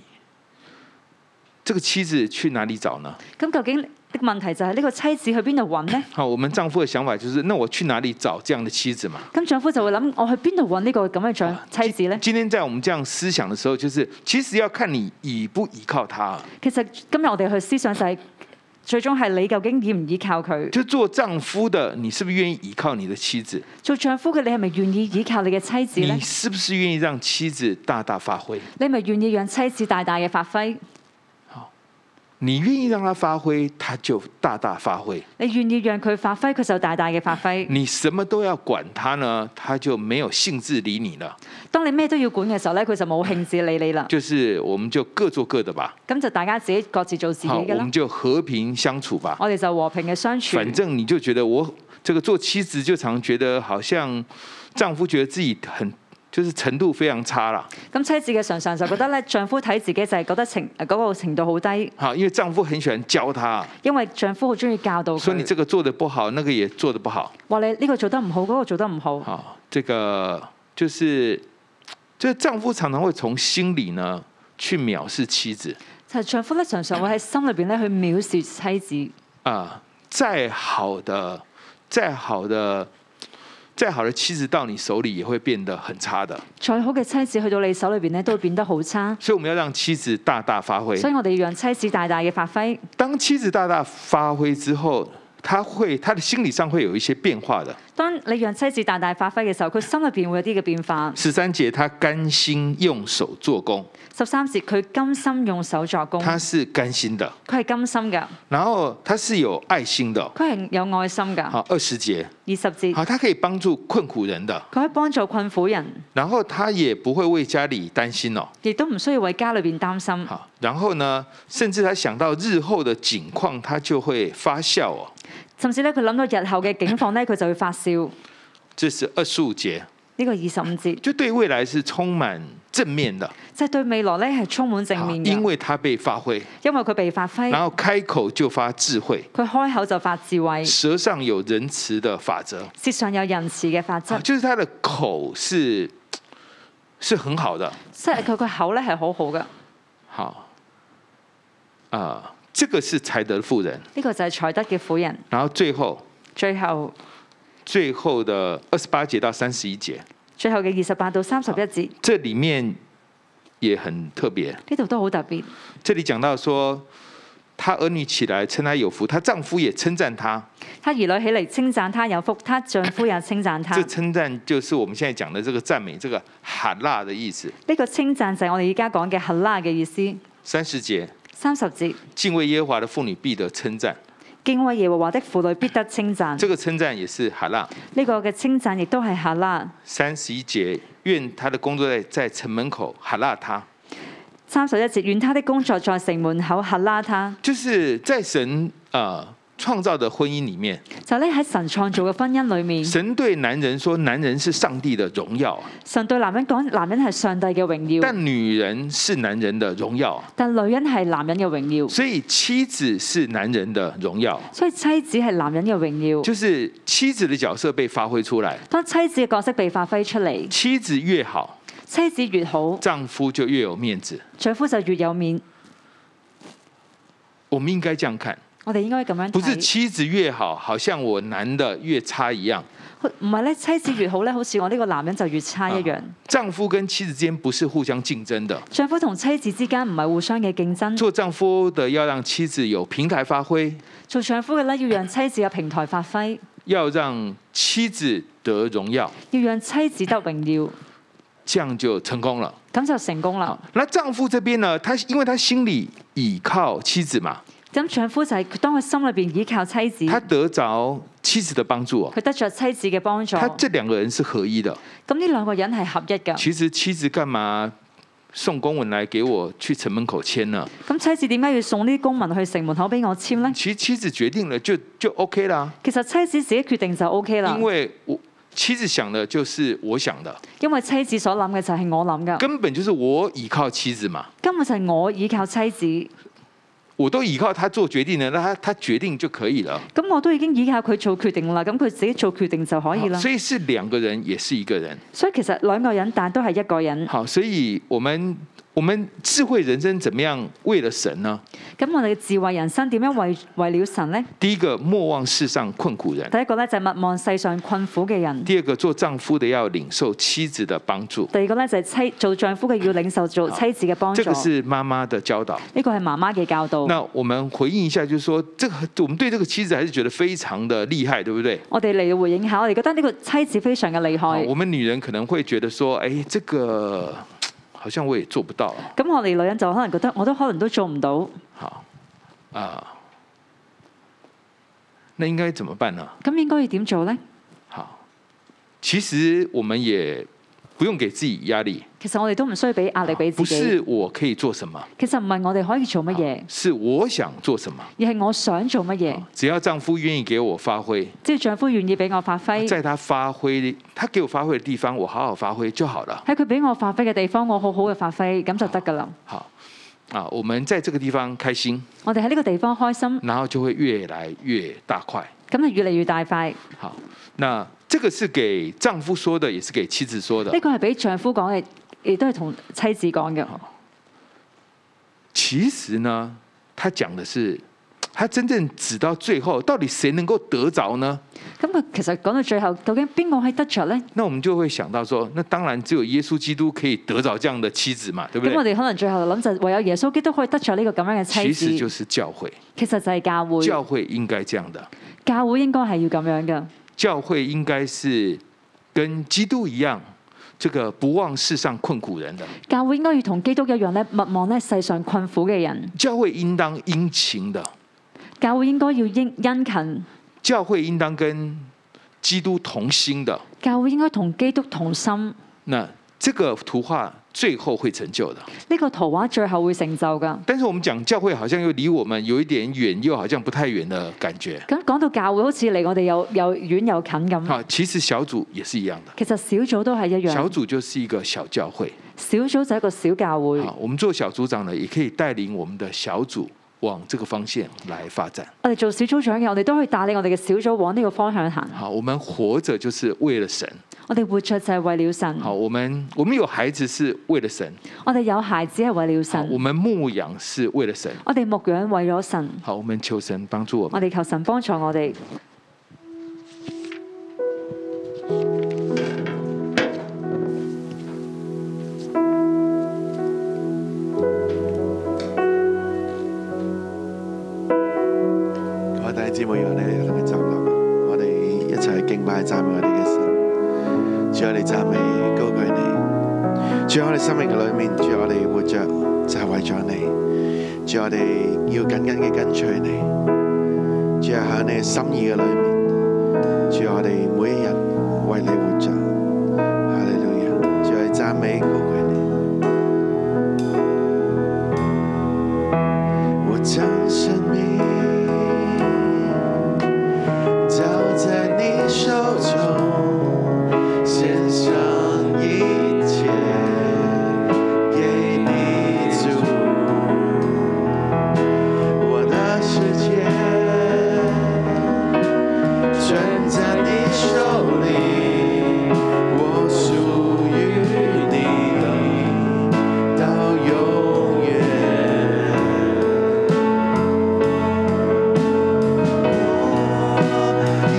Speaker 2: 这个妻子去哪里找呢？
Speaker 3: 咁究竟的問題就係呢個妻子去邊度揾呢？
Speaker 2: 好，我们丈夫的想法就是，那我去哪里找这样的妻子嘛？
Speaker 3: 咁丈夫就會諗：我去邊度揾呢個咁嘅丈妻子呢？
Speaker 2: 今天在我们这样思想的时候，就是其实要看你倚不倚靠啊他，
Speaker 3: 其實今日我哋去思想就係、最終係你究竟依唔依靠佢？
Speaker 2: 就做丈夫的，你是不是愿意倚靠你的妻子？
Speaker 3: 做丈夫嘅你係咪願意依靠你嘅妻子呢
Speaker 2: 你？是不是愿意让妻子大大发挥？
Speaker 3: 你係咪願意讓妻子大大嘅發揮？
Speaker 2: 你愿意让他发挥，他就大大发挥；
Speaker 3: 你願意讓佢發揮，佢就大大嘅發揮。
Speaker 2: 你什么都要管他呢，他就没有兴致理你了。
Speaker 3: 當你咩都要管嘅時候呢，佢就冇興致理你啦。
Speaker 2: 就是我们就各做各的吧，
Speaker 3: 咁就大家自己各自做自己
Speaker 2: 好，
Speaker 3: 嘅
Speaker 2: 我
Speaker 3: 啦
Speaker 2: 们。就和平相处吧。
Speaker 3: 我哋就和平嘅相處。
Speaker 2: 反正你就觉得我这个做妻子就常觉得好像丈夫觉得自己很就是程度非常差啦，
Speaker 3: 咁妻子嘅常常就覺得咧，丈夫睇自己就係覺得程嗰、個程度好低，
Speaker 2: 好，因为丈夫很喜欢教她，
Speaker 3: 因為丈夫好中意教導
Speaker 2: 说你
Speaker 3: 佢，
Speaker 2: 这个做的不好，那个也做的不好。
Speaker 3: 話你呢個做得唔好，嗰、個做得唔好。
Speaker 2: 好，这个就是，就是丈夫常常会从心里呢去藐视妻子
Speaker 3: 就係丈夫咧，常常會喺心裏邊咧去藐視妻子。
Speaker 2: 啊、再好的、再好的、再好的妻子到你手里也会变得很差的。
Speaker 3: 再好嘅妻子去到你手裏邊咧，都會變得好差。
Speaker 2: 所以我们要讓妻子大大發揮
Speaker 3: 所。以我哋要讓妻子大大嘅發揮。
Speaker 2: 當妻子大大發揮之後，她會她的心理上會有一些變化的。
Speaker 3: 當你讓妻子大大發揮嘅時候，佢心裏邊會有啲嘅變化。
Speaker 2: 十三节，她甘心用手做工，
Speaker 3: 十三節佢甘心用手作工，
Speaker 2: 她
Speaker 3: 佢
Speaker 2: 是甘心的，
Speaker 3: 係甘心㗎，
Speaker 2: 然後她是有愛心的。
Speaker 3: 佢係有愛心㗎。
Speaker 2: 好，二十节，
Speaker 3: 二十節
Speaker 2: 好，她可以幫助困苦人的，
Speaker 3: 佢可以幫助困苦人，
Speaker 2: 然後她也不會為家裡擔心哦。
Speaker 3: 亦都唔需要為家裏邊擔心。
Speaker 2: 好，然後呢，甚至她想到日後的景況，她就會發笑哦。
Speaker 3: 甚至咧，佢諗到日後嘅境況咧，佢就會發笑。
Speaker 2: 這是二十五节，
Speaker 3: 呢、個二十五節，
Speaker 2: 就對未來是充滿正面的，
Speaker 3: 即係對未來咧係充滿正
Speaker 2: 好
Speaker 3: 面哎
Speaker 2: 因
Speaker 3: 嘅，
Speaker 2: 為她被發揮。
Speaker 3: 因為佢被發揮，
Speaker 2: 然后开口就发智慧，
Speaker 3: 佢開口就發智慧，
Speaker 2: 舌上有仁慈的法则，
Speaker 3: 舌上有仁慈嘅法則
Speaker 2: 啊，就是他的口是是很好的，
Speaker 3: 即係佢個口咧係好好嘅。呢、
Speaker 2: 好啊、这个是才德妇人。
Speaker 3: 個就係才德嘅婦人。
Speaker 2: 然后最后
Speaker 3: 最後
Speaker 2: 最后的二十八节到三十一节，
Speaker 3: 最後嘅二十八到三十一
Speaker 2: 啊
Speaker 3: 節，
Speaker 2: 这里面也很特别，
Speaker 3: 呢度都好特別。
Speaker 2: 这里讲到说。她儿女起来称她有福，她丈夫也称赞她。
Speaker 3: 她兒女起嚟稱讚她有福，她丈夫也稱讚她。
Speaker 2: 这
Speaker 3: 呢、
Speaker 2: 称赞就是我们现在讲的这个赞美，这个哈辣的意思。
Speaker 3: 個稱讚就係我哋而家講嘅核拉嘅意思。
Speaker 2: 三十节，
Speaker 3: 三十節，
Speaker 2: 敬畏耶和華的婦女必得稱讚。
Speaker 3: 敬畏耶和華的婦女必得稱讚。
Speaker 2: 这个稱讚也是哈拉。
Speaker 3: 呢個嘅稱讚亦都係下啦。
Speaker 2: 三十一节，愿他的工作在在城门口哈拉他，
Speaker 3: 三十一節，願他的工作在城門口下啦他，
Speaker 2: 就是在神呃创造的婚姻里面，
Speaker 3: 就咧喺神創造嘅婚姻裏面，
Speaker 2: 神对男人說，男人是上帝的榮耀啊，
Speaker 3: 神對男人講，男人係上帝嘅榮耀，
Speaker 2: 但女人是男人的榮耀啊，
Speaker 3: 但女人係男人嘅榮耀，
Speaker 2: 所以妻子是男人的榮耀啊，
Speaker 3: 所以妻子係男人嘅榮耀。
Speaker 2: 就是妻子的角色被發揮出來，
Speaker 3: 當妻子嘅角色被發揮出嚟，
Speaker 2: 妻子越好，
Speaker 3: 妻子越好，
Speaker 2: 丈夫就越有面子。
Speaker 3: 丈夫就越有面。
Speaker 2: 我们应该这样看，
Speaker 3: 我哋應該咁樣
Speaker 2: 不是
Speaker 3: 睇，
Speaker 2: 妻子越好，好像我男的越差一样。
Speaker 3: 唔係咧妻子越好咧，好似我呢個男人就越差一樣。
Speaker 2: 丈夫跟妻子之間不是互相競爭的，
Speaker 3: 丈夫同妻子之間唔係互相嘅競爭，
Speaker 2: 做丈夫的要讓妻子有平台發揮，
Speaker 3: 做丈夫嘅咧要讓妻子有平台發揮，
Speaker 2: 要讓妻子得榮耀，
Speaker 3: 要讓妻子得榮耀。
Speaker 2: 這樣就成功了。
Speaker 3: 咁就成功啦
Speaker 2: 好。，那丈夫這邊呢？他因為他心裡倚靠妻子嘛，
Speaker 3: 咁丈夫就係佢當佢心裏邊倚靠妻子，
Speaker 2: 他得着妻子的幫助哦。
Speaker 3: 佢得着妻子嘅幫助。
Speaker 2: 他
Speaker 3: 咁
Speaker 2: 這兩個人是合一的。
Speaker 3: 呢兩個人係合一㗎。
Speaker 2: 其實妻子幹嘛送公文來給我去城門口簽呢？
Speaker 3: 咁妻子點解要送呢啲公民去城門口俾我簽呢？
Speaker 2: 其實妻子決定了就就 OK 啦，
Speaker 3: 其實妻子自己決定就 O K 啦
Speaker 2: 因，為我妻子想的就是我想的，
Speaker 3: 因為妻子所諗嘅就係我諗㗎，
Speaker 2: 根本就是我倚靠妻子嘛。
Speaker 3: 根本就係我倚靠妻子，
Speaker 2: 我都依靠他做决定的，那他他决定就可以了。
Speaker 3: 咁我都已經倚靠佢做決定啦，咁佢自己做決定就可以啦
Speaker 2: 好。所以是两个人，也是一个人。
Speaker 3: 所以其實兩個人，但都係一個人。
Speaker 2: 好，所以我们我们智慧人生怎么样为了神呢？
Speaker 3: 咁我哋嘅智慧人生點樣為為了神呢？
Speaker 2: 第一个，莫忘世上困苦人；
Speaker 3: 第一個咧就係勿忘世上困苦嘅人。
Speaker 2: 第二个，做丈夫的要领受妻子的帮助，
Speaker 3: 第二個咧就係妻做丈夫嘅要領受做妻子嘅幫助，
Speaker 2: 啊这个
Speaker 3: 呢
Speaker 2: 是妈妈的教导。
Speaker 3: 個係媽媽嘅教導。
Speaker 2: 那我们回应一下，就是说，这个我们对这个妻子还是觉得非常的厉害，对不对？
Speaker 3: 我哋嚟回應下，我哋覺得呢個妻子非常嘅厲
Speaker 2: 好
Speaker 3: 害。
Speaker 2: 我们女人可能会觉得说，哎，这个好像我也做不到。啊
Speaker 3: 咁我哋女人就可能覺得我都可能都做唔到，
Speaker 2: 好啊、那应该怎么办呢？
Speaker 3: 咁應該要點做呢？
Speaker 2: 好，其实我们也不用给自己压力，
Speaker 3: 其實我哋都唔需要俾壓力俾自
Speaker 2: 啊不
Speaker 3: 己。
Speaker 2: 是我可以做什么，
Speaker 3: 其實唔係我哋可以做乜嘢，
Speaker 2: 是我想做什么。啊
Speaker 3: 而係我想做乜嘢。
Speaker 2: 只要丈夫愿意给我发挥，
Speaker 3: 即係丈夫願意俾我發揮，
Speaker 2: 在他发挥他给我发挥的地方，我好好发挥就好了。
Speaker 3: 喺佢俾我發揮嘅地方，我好好嘅發揮，咁就得㗎啦。
Speaker 2: 好啊，我们在這個地方開心，
Speaker 3: 我哋喺呢個地方開心，
Speaker 2: 然後就會越來越大塊。
Speaker 3: 咁就越嚟越大塊。
Speaker 2: 好，那这个是給丈夫说的，也是給妻子说的
Speaker 3: 呢。個係俾丈夫講嘅，亦都係同妻子講嘅。
Speaker 2: 其实呢，他讲的是，他真正指到最后，到底谁能够得着呢？
Speaker 3: 咁佢其實講到最後，究竟邊個可以得着呢？
Speaker 2: 那我们就会想到说，那当然只有耶稣基督可以得着这样的妻子嘛，对不
Speaker 3: 咁我
Speaker 2: 对？
Speaker 3: 哋可能最後諗就唯有耶穌基督可以得着呢個咁樣嘅妻
Speaker 2: 其实就
Speaker 3: 子。
Speaker 2: 是教会，
Speaker 3: 其實就係教會，
Speaker 2: 教会应该这样的，
Speaker 3: 教會應該係要咁樣嘅。
Speaker 2: 教会应该是跟基督一样，这个不忘世上困苦人的
Speaker 3: 教會應該要同基督一樣咧，勿忘咧世上困苦嘅人。
Speaker 2: 教会，应当殷勤的
Speaker 3: 教會應該要殷殷勤，
Speaker 2: 教会，应当跟基督同心的。
Speaker 3: 教會應該同基督同心。呢、
Speaker 2: 那这个图画最后会成就的。
Speaker 3: 個圖畫最後會成就噶。
Speaker 2: 但是我们讲教会，好像又离我们有一点远，又好像不太远的感觉。
Speaker 3: 咁講到教會，好似離我哋又又遠又近咁。
Speaker 2: 好，其实小组也是一样的，
Speaker 3: 其實小組都係一
Speaker 2: 小
Speaker 3: 樣，
Speaker 2: 组就是一个小教会。
Speaker 3: 小組就係一個小教會。
Speaker 2: 好，我们做小组长呢，也可以带领我们的小组往这个方向来发展。
Speaker 3: 我哋做小組長嘅，我哋都可以帶領我哋嘅小組往呢個方向行。
Speaker 2: 好，我们活着就是为了神。
Speaker 3: 我哋活着就係為了神，
Speaker 2: 好，我们我们有孩子是为了神，
Speaker 3: 我哋有孩子係為了
Speaker 2: 好，我
Speaker 3: 神，
Speaker 2: 们牧养是为了神。
Speaker 3: 我哋牧養為咗神，
Speaker 2: 好，我们求神帮助我们。
Speaker 3: 我哋求神幫助我哋。
Speaker 4: 各位弟兄姊妹，讓我哋一同去站立，我哋一齊去敬拜讚美我哋嘅神。主，我哋讚美高舉你。主，啊我哋生命嘅裏面，主，啊我哋活着就係為咗你。主，啊我哋要緊緊嘅跟隨你。主，啊喺你嘅心意嘅裏面，主，啊我哋每一日為你活着。哈利路亞！主，我哋讚美高舉你。我将生命交在你手中，献上一切给你主。我的世界全在你手里，我属于你到永远。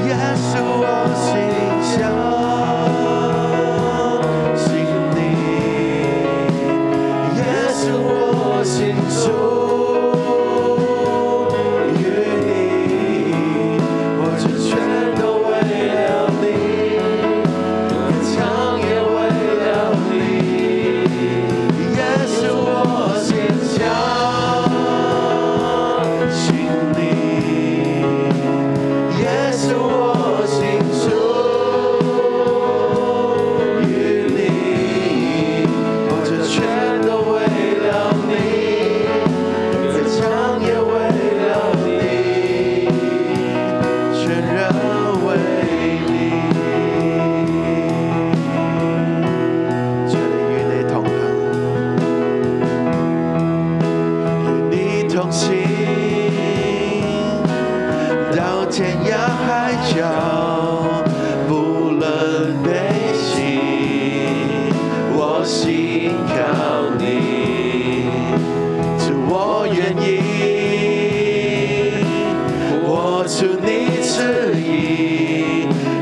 Speaker 4: 也是我心想心里，也是我心中与你，我这全都为了你，唱也为了你，也是我心想心里。也是我心属于你，我这全都为了你，再强也为了你，全然为你，全与你同行，与你同行。到天涯海角，不论悲喜，我心靠你，主我愿意，我祝你旨意，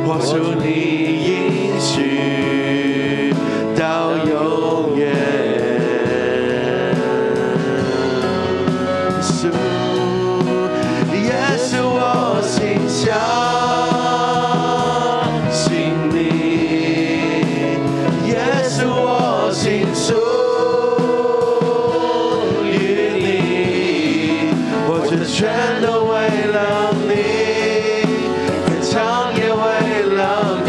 Speaker 4: 我祝你应许到永远。主，也是我心想心里，也是我心属于你，我这全都为了你，歌唱也为了你。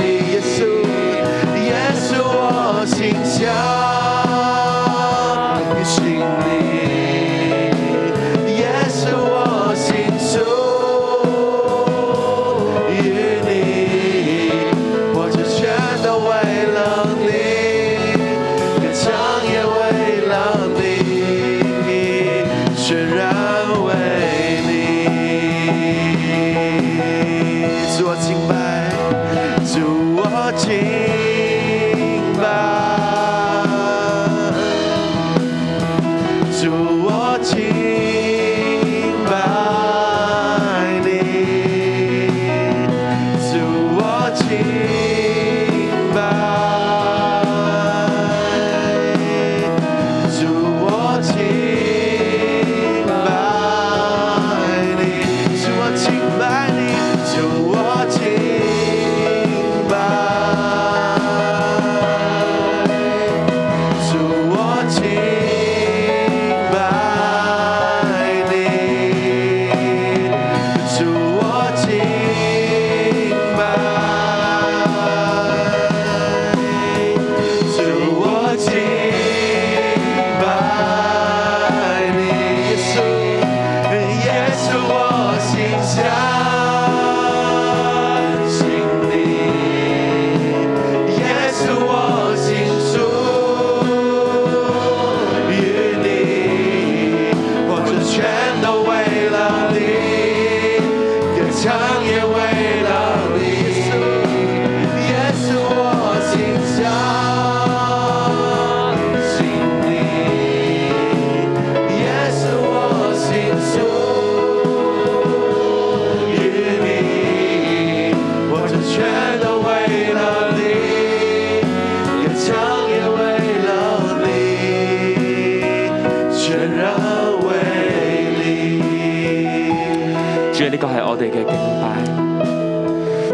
Speaker 5: 個係我哋嘅敬拜。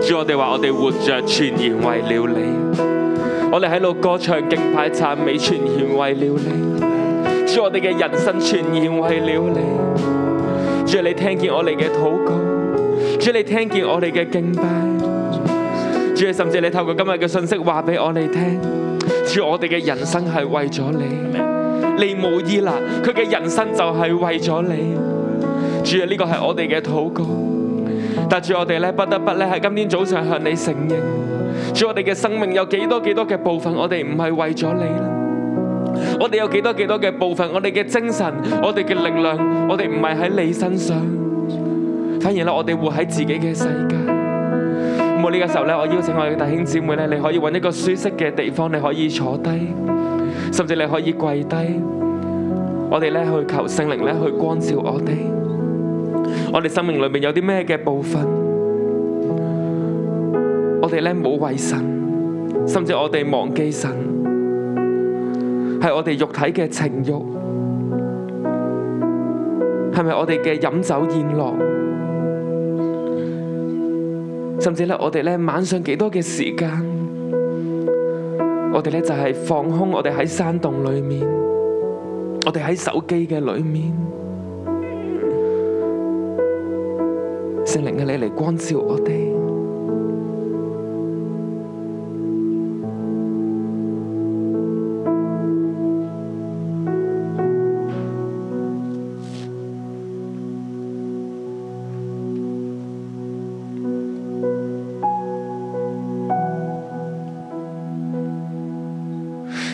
Speaker 5: 主，啊我哋話我哋活着全然為了你，我哋喺度歌唱敬拜讚美，全然為了你。主，我哋嘅人生全然為了你。主，你聽見我哋嘅禱告，主，啊你聽見我哋嘅敬拜，主，啊甚至你透過今日嘅信息話俾我哋聽，主，啊我哋嘅人生係為咗你。利無依啦，佢嘅人生就係為咗你。主啊，呢個係我哋嘅禱告。但主我哋咧，不得不咧喺今天早上向你承認，主我哋嘅生命有幾多幾多嘅部分，我哋唔係為咗你啦。我哋有幾多幾多嘅部分，我哋嘅精神，我哋嘅力量，我哋唔係喺你身上，反而咧我哋活喺自己嘅世界。咁我呢個時候咧，我邀請我嘅弟兄姊妹咧，你可以揾一個舒適嘅地方，你可以坐低，甚至你可以跪低。我哋咧去求聖靈咧去光照我哋。我哋生命裏面有啲咩嘅部分，我哋咧冇為神，甚至我哋忘記神，係我哋肉體嘅情慾，係咪我哋嘅飲酒宴樂？甚至咧，我哋咧晚上幾多嘅時間，我哋咧就係放空，我哋喺山洞裏面，我哋喺手機嘅裏面，聖靈嘅你嚟光照我哋。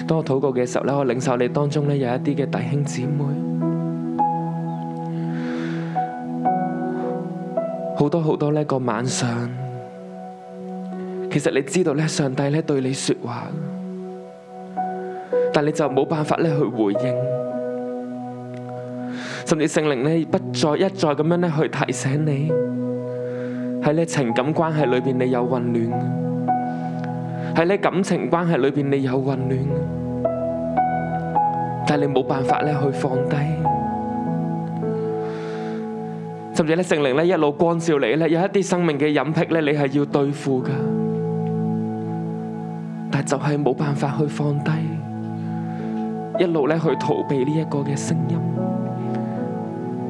Speaker 5: 當我禱告嘅時候咧，我領受你當中咧有一啲嘅弟兄姊妹，好多好多呢個晚上，其實你知道咧，上帝咧對你說話，但你就冇辦法咧去回應，甚至聖靈咧不再一再咁樣咧去提醒你，喺你情感關係裏邊你有混亂。喺你感情關係裏邊，你有混亂，但係你冇辦法咧去放低，甚至咧聖靈咧一路光照你咧，有一啲生命嘅隱癖咧，你係要對付噶，但係就係冇辦法去放低，一路咧去逃避呢一個嘅聲音。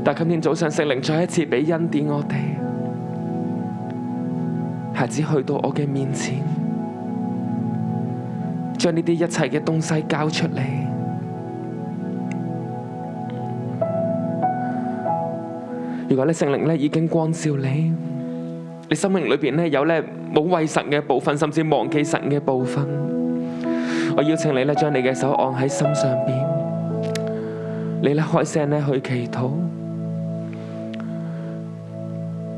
Speaker 5: 但係今天早上聖靈再一次俾恩典我哋，孩子去到我嘅面前。將呢啲一切嘅東西交出嚟。如果咧聖靈咧已經光照你，你生命裏邊咧有咧冇為神嘅部分，甚至忘記神嘅部分，我邀請你咧將你嘅手按喺心上邊，你咧開聲咧去祈禱，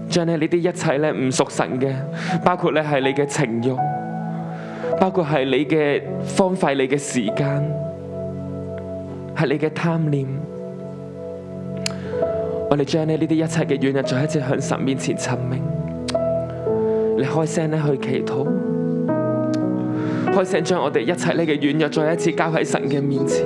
Speaker 5: 將咧呢啲一切咧唔屬神嘅，包括咧係你嘅情慾。包括係你嘅荒廢你嘅時間，係你嘅貪念。我哋將呢呢啲一切嘅軟弱，再一次向神面前陳明。你開聲咧去祈禱，開聲將我哋一切呢嘅軟弱，再一次交喺神嘅面前。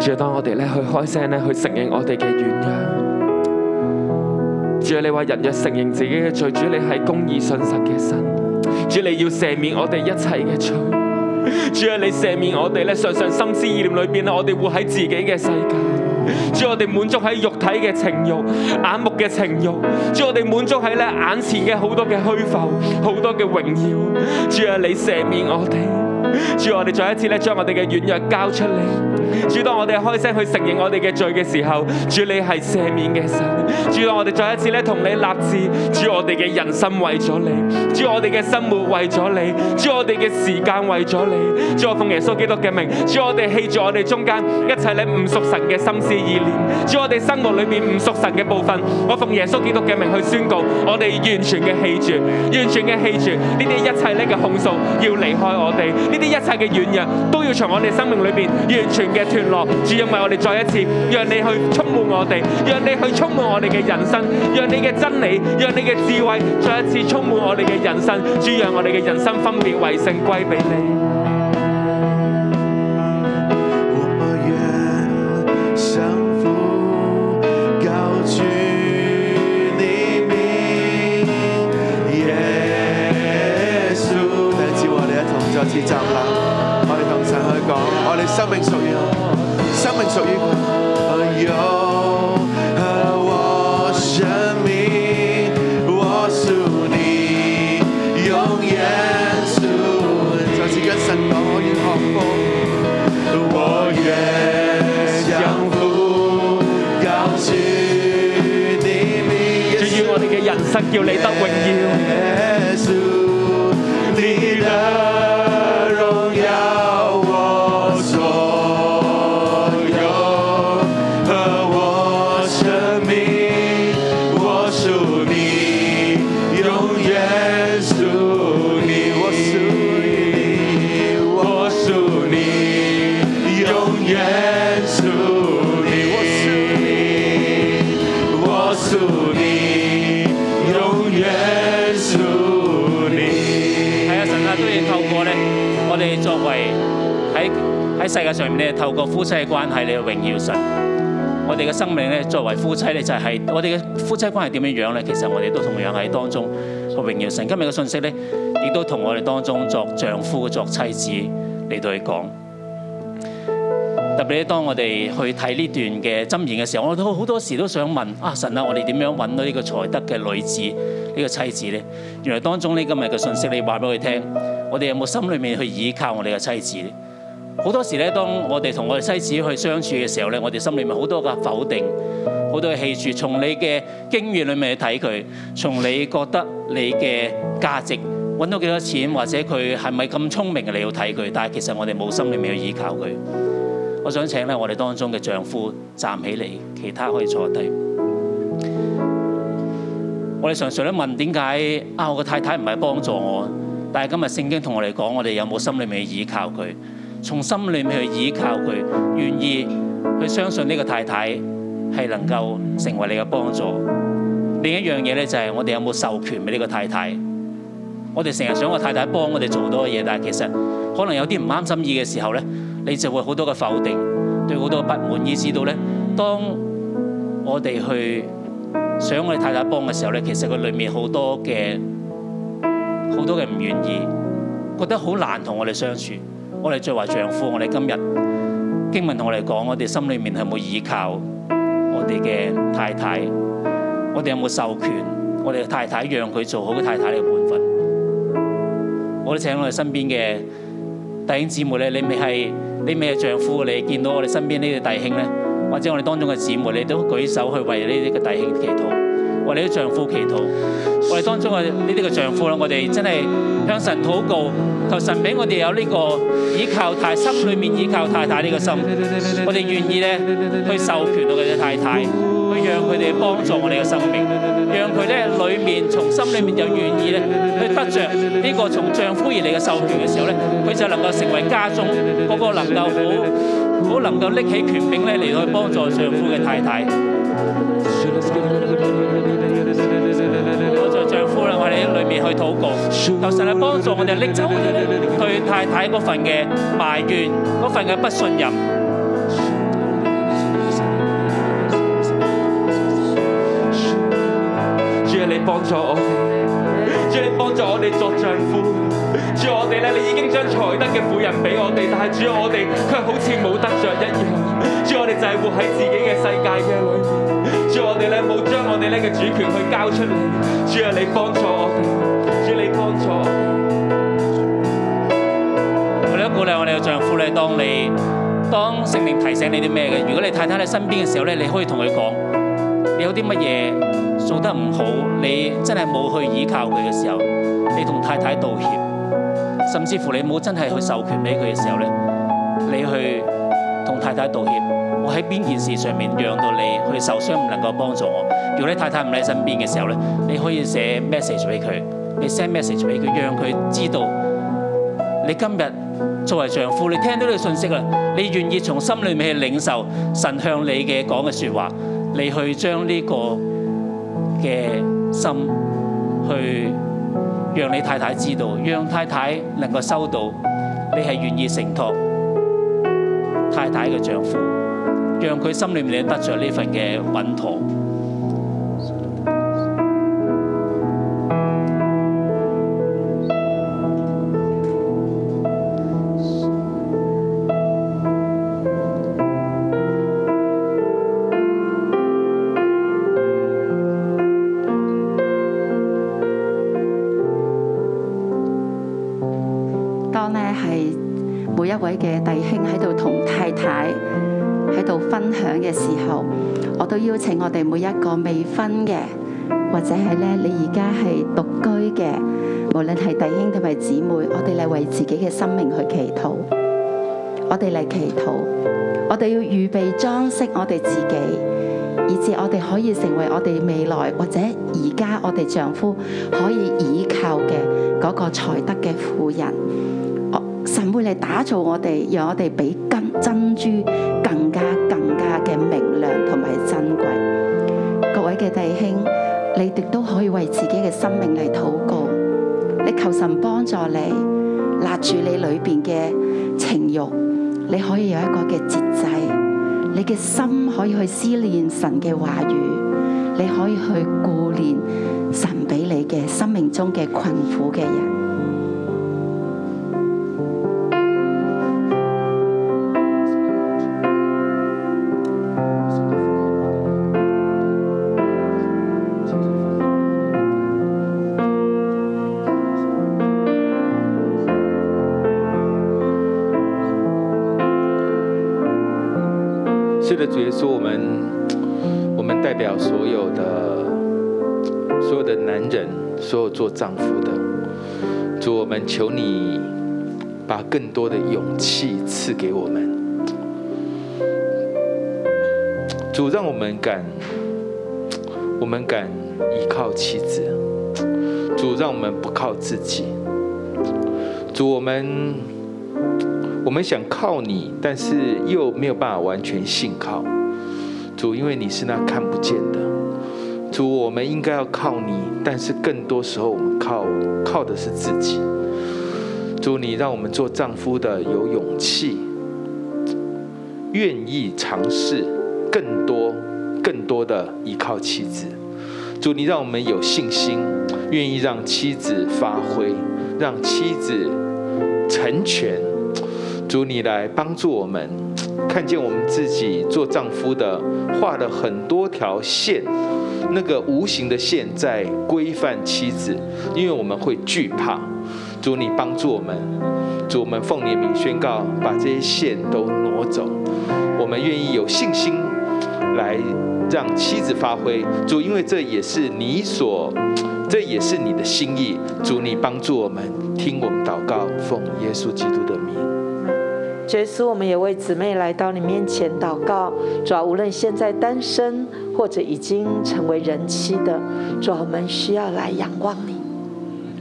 Speaker 5: 主啊，當我哋咧去開聲咧去承認我哋嘅軟弱。主啊，你話人若承認自己嘅罪，主你係公義信實嘅神。主你要赦免我哋一切嘅罪。主啊，你赦免我哋咧，常常心思意念裏邊咧，我哋活喺自己嘅世界。主啊，我哋滿足喺肉體嘅情欲、眼目嘅情欲。主啊，我哋滿足喺咧眼前嘅好多嘅虛浮、好多嘅榮耀。主啊，你赦免我哋。主啊，我哋再一次咧將我哋嘅軟弱交出嚟。主當我哋開聲去承認我哋嘅罪嘅時候，主你係赦免嘅神。主啊當我哋再一次咧同你立志，主我哋嘅人生為咗你，主啊我哋嘅生活為咗你，主啊我哋嘅時間為咗你，主我啊奉耶穌基督嘅名，主啊我哋棄住我哋中間一切咧唔屬神嘅心思意念，主啊我哋生活裏面唔屬神嘅部分，我奉耶穌基督嘅名去宣告，我哋完全嘅棄住，完全嘅棄住呢啲一切咧嘅控訴要離開我哋，呢啲一切嘅軟弱都要從我哋生命裏邊完全嘅脫落。主，因為我哋再一次讓你去充滿我哋，讓你去充滿我哋嘅人生，讓你嘅真理，讓你嘅智慧再一次充滿我哋嘅人生。主，讓我哋嘅人生分別為聖歸俾你。
Speaker 4: 我愿降服，高举你名，耶稣。弟兄姊妹，我哋一同再次站立，我哋同神去講，我哋生命屬於我，生命屬於佢，有和我生命，我屬你，永遠屬你。再次跟神講，我願學過。我愿降服，高举你名。
Speaker 5: 主要我哋嘅人生叫你得榮耀。
Speaker 4: 耶稣，你的荣耀我所有，和我生命，我属你，永远属你，我属你，我属你，永远属你，我属你。我属你，永远属你。
Speaker 6: 係啊，神啊，都要透過咧，我哋作為喺喺世界上面咧，透過夫妻嘅關係你去榮耀神。我哋嘅生命咧，作為夫妻咧，就係、我哋嘅夫妻關係點樣樣咧？其實我哋都同樣喺當中去榮耀神。今日嘅信息咧，亦都同我哋當中作丈夫、作妻子嚟到去講。特別咧，當我哋去睇呢段嘅箴言嘅時候，我都好多時都想問啊，神啊，我哋點樣揾到呢個才德嘅女子、呢、個妻子呢？原來當中呢今日嘅信息，你話俾我哋聽，我哋有冇心裏面去倚靠我哋嘅妻子呢？好多時咧，當我哋同我哋妻子去相處嘅時候咧，我哋心裏面好多嘅否定，好多嘅氣住。從你嘅經驗裏面去睇佢，從你覺得你嘅價值揾到幾多錢，或者佢係咪咁聰明，你要睇佢。但係其實我哋冇心裏面去依靠佢。我想請咧，我哋當中嘅丈夫站起嚟，其他可以坐低。我哋常常咧問點解啊？我個太太唔係幫助我，但係今日聖經同我哋講，我哋有冇心裏面去依靠佢？從心裏面去依靠佢，願意去相信呢個太太係能夠成為你嘅幫助。另一樣嘢咧就係我哋有冇授權俾呢個太太？我哋成日想個太太幫我哋做多嘢，但係其實可能有啲唔啱心意嘅時候咧，你就會好多嘅否定，對好多嘅不滿，以至到咧，當我哋去想我哋太太幫嘅時候咧，其實佢裡面好多嘅好多嘅唔願意，覺得好難同我哋相處。我哋作為丈夫，我哋今日經文同我哋講，我哋心裏面係冇依靠我哋嘅太太，我哋有冇授權我哋嘅太太讓佢做好嘅太太嘅本分？我哋請我哋身邊嘅弟兄姊妹咧，你未係你未係丈夫，你見到我哋身邊呢啲弟兄咧，或者我哋當中嘅姊妹，你都舉手去為呢啲嘅弟兄祈禱，為你啲丈夫祈禱。我哋當中嘅呢啲嘅丈夫啦，我哋真係向神禱告，求神俾我哋有呢個倚靠太心裏面倚靠太太呢個心，我哋願意咧去授權到佢哋太太，去讓佢哋幫助我哋嘅生命，讓佢咧裏面從心裏面就願意咧去得着呢個從丈夫而嚟嘅授權嘅時候咧，佢就能夠成為家中嗰個能夠好好能夠拎起權柄咧嚟去幫助丈夫嘅太太。我做丈夫啦，我哋喺裏面去禱告，求神去幫助我哋拎走我哋對太太嗰份嘅埋怨，嗰份嘅不信任。
Speaker 5: 主啊，你幫助我哋，主啊你幫助我哋作丈夫。主啊我哋咧，你已經將才德嘅婦人俾我哋，但係主啊我哋卻好似冇得着一樣。主啊我哋就係活喺自己嘅世界嘅裏面。主啊我哋咧冇將我哋咧嘅主權去交出嚟。主啊你幫助我哋，主啊你幫助我哋。
Speaker 6: 我哋都鼓勵我哋嘅丈夫咧，當你當聖靈提醒你啲咩嘅，如果你太太喺身邊嘅時候咧，你可以同佢講，你有啲乜嘢做得唔好，你真係冇去依靠佢嘅時候，你同太太道歉，甚至乎你冇真係去授權俾佢嘅時候咧，你去同太太道歉。我喺邊件事上面讓到你去受傷，唔能夠幫助我。如果你太太唔喺身邊嘅時候咧，你可以寫 message 俾佢，你 send message 俾佢，讓佢知道。你今日作為丈夫，你聽到呢個信息啦，你願意從心裏面去領受神向你嘅講嘅説話，你去將呢個嘅心去讓你太太知道，讓太太能夠收到，你係願意承托太太嘅丈夫，讓佢心裏面得着呢份嘅穩妥。
Speaker 7: 當咧係每一位嘅弟兄喺度同太太喺度分享嘅時候，我都邀請我哋每一個未婚嘅，或者係咧你而家係獨居嘅，無論係弟兄同埋姊妹，我哋嚟為自己嘅生命去祈禱，我哋嚟祈禱，我哋要預備裝飾我哋自己。以至我哋可以成為我哋未來或者而家我哋丈夫可以倚靠嘅嗰個才德嘅婦人。我神會嚟打造我哋，讓我哋比金珍珠更加更加嘅明亮同埋珍貴。各位嘅弟兄，你哋都可以為自己嘅生命嚟禱告，你求神幫助你，勒住你裏邊嘅情慾，你可以有一個嘅節制。你嘅心可以去思念神嘅話語，你可以去顧念神俾你嘅生命中嘅困苦嘅人。
Speaker 2: 是的，主耶稣，我们我们代表所有的所有的男人，所有做丈夫的，主，我们求你把更多的勇气赐给我们，主，让我们敢我们敢依靠妻子，主，让我们不靠自己，主，我们。我们想靠你，但是又没有办法完全信靠主，因为你是那看不见的主。我们应该要靠你，但是更多时候我们靠靠的是自己。主，你让我们做丈夫的有勇气，愿意尝试更多、更多的依靠妻子。主，你让我们有信心，愿意让妻子发挥，让妻子成全。主，你来帮助我们，看见我们自己做丈夫的画了很多条线，那个无形的线在规范妻子，因为我们会惧怕。主，你帮助我们，主，我们奉你的名宣告，把这些线都挪走。我们愿意有信心来让妻子发挥，主，因为这也是你所，这也是你的心意。主，你帮助我们，听我们祷告，奉耶稣基督的名。
Speaker 8: 主耶稣，我们也为姊妹来到你面前祷告。主啊，无论现在单身或者已经成为人妻的，主啊，我们需要来仰望你，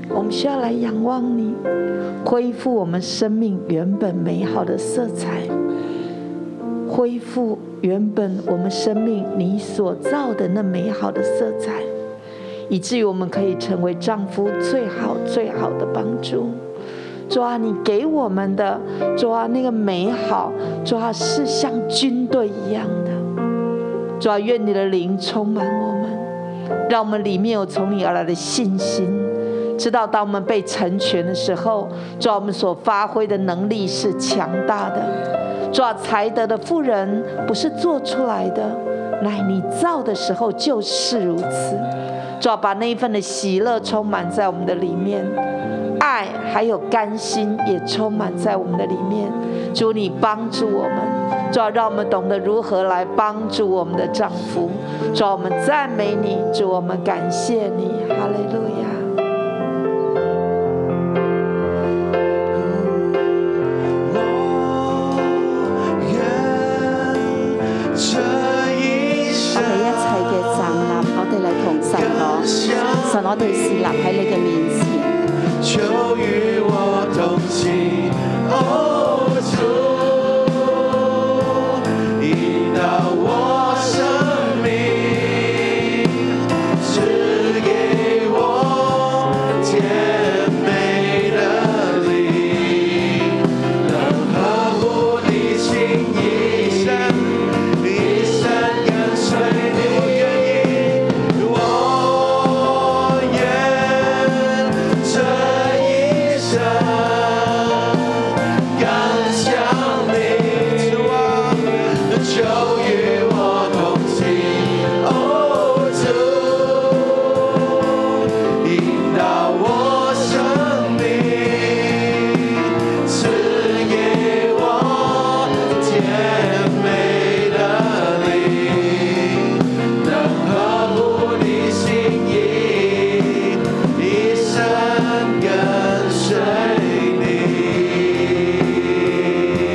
Speaker 8: 我们需要来仰望你，恢复我们生命原本美好的色彩，恢复原本我们生命你所造的那美好的色彩，以至于我们可以成为丈夫最好最好的帮助。主啊，你给我们的，主啊，那个美好，主啊，是像军队一样的。主啊，愿你的灵充满我们，让我们里面有从你而来的信心，知道当我们被成全的时候，主啊，我们所发挥的能力是强大的。主啊，才德的妇人不是做出来的，乃你造的时候就是如此。主啊，把那一份的喜乐充满在我们的里面。爱还有甘心也充满在我们的里面。主，你帮助我们，主要啊让我们懂得如何来帮助我们的丈夫。主，啊我们赞美你，主，我们感谢你，哈利路亚。
Speaker 7: 我哋一切嘅站立，我哋嚟同神講，神我哋是立喺你嘅面前，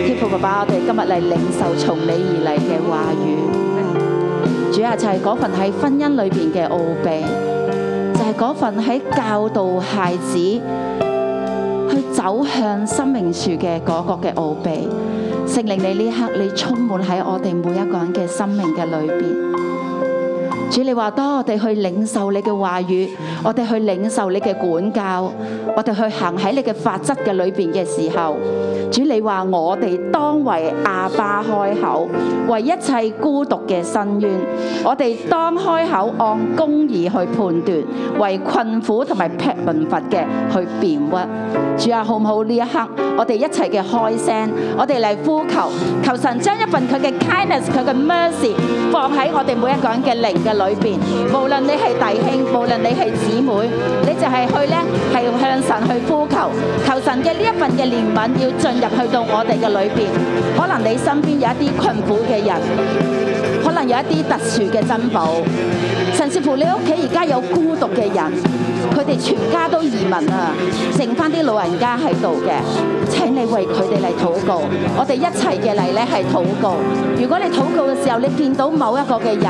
Speaker 7: 天父爸爸，我哋今日嚟領受從你而嚟嘅話語。主啊，就係嗰份喺婚姻裏邊嘅奧秘，就係嗰份喺教導孩子去走向生命樹嘅嗰個嘅奧秘。聖靈你呢刻，你充滿喺我哋每一個人嘅生命嘅裏邊。主你話，當我哋去領受你嘅話語，我哋去領受你嘅管教，我哋去行喺你嘅法則嘅裏邊嘅時候，主你話我哋當為啞巴開口，為一切孤獨嘅伸冤，我哋當開口按公義去判斷，為困苦同埋劈民罰嘅去辯屈。主啊，好唔好呢一刻，我哋一齊嘅開聲，我哋嚟呼求，求神將一份佢嘅 kindness，佢嘅 mercy 放喺我哋每一個人嘅靈嘅裏邊。無論你係弟兄，無論你係姊妹，你就係去呢，係向神去呼求，求神嘅呢一份嘅憐憫要進入去到我哋嘅裏邊。可能你身邊有一啲困苦嘅人，可能有一啲特殊嘅珍寶，甚至乎你屋企而家有孤獨嘅人，佢哋全家都移民啊，剩翻啲老人家喺度嘅，請你為佢哋嚟禱告，我哋一齊嘅嚟咧係禱告。如果你禱告嘅時候，你見到某一個嘅人，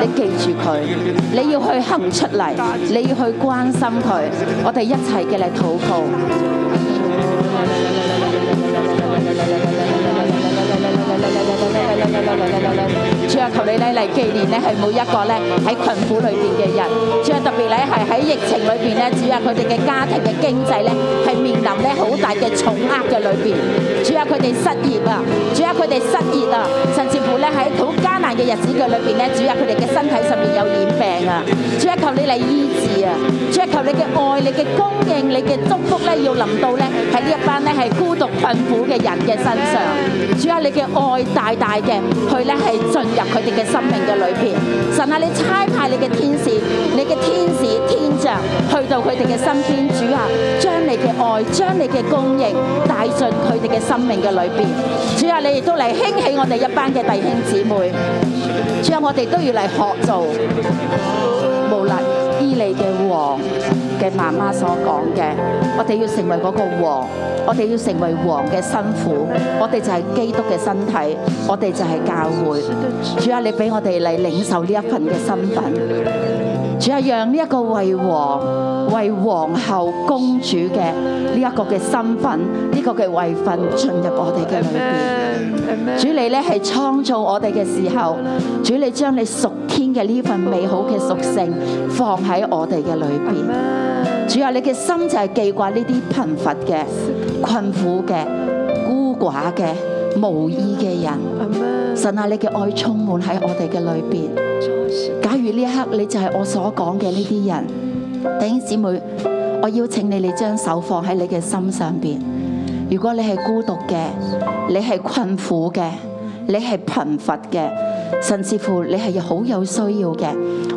Speaker 7: 你記住佢，你要去行出嚟，你要去關心佢，我哋一齊嘅嚟禱告。主啊，求你咧嚟紀念咧係每一個咧喺困苦裏邊嘅人，主啊特別咧係喺疫情裏邊咧，主啊佢哋嘅家庭嘅經濟咧係面臨咧好大嘅重壓嘅裏邊，主啊佢哋失業啊，主啊佢哋失業啊，甚至乎咧喺好艱難嘅日子嘅裏邊咧，主啊佢哋嘅身體上面有染病啊，主啊求你嚟醫治啊，主啊求你嘅愛、你嘅供應、你嘅祝福咧要臨到咧喺呢一班咧係孤獨困苦嘅人嘅身上，主啊你嘅愛大大嘅去咧係進入佢哋嘅生命嘅裏邊，神啊你差派你嘅天使、你嘅天使天象去到佢哋嘅身邊，主啊將你嘅愛、將你嘅供應帶進佢哋嘅生命嘅裏邊，主啊你亦都嚟興起我哋一班嘅弟兄姊妹。主啊，我哋都要嚟學做無能伊利嘅王嘅媽媽所講嘅，我哋要成為嗰個王，我哋要成為王嘅辛苦，我哋就係基督嘅身體，我哋就係教會。主啊，你俾我哋嚟領受呢一份嘅身份。主啊，讓呢一個為王、為皇后、公主嘅呢一個嘅身份，呢、個嘅位份進入我哋嘅裏邊。主你咧係創造我哋嘅時候，主你將你屬天嘅呢份美好嘅屬性放喺我哋嘅裏邊。主啊，你嘅心就係記掛呢啲貧乏嘅、困苦嘅、孤寡嘅、無依嘅人。神啊，你嘅愛充滿喺我哋嘅裏邊。假如呢一刻你就係我所講嘅呢啲人，弟兄姊妹，我邀請你，你將手放喺你嘅心上邊。如果你係孤獨嘅，你係困苦嘅，你係貧乏嘅，甚至乎你係好有需要嘅，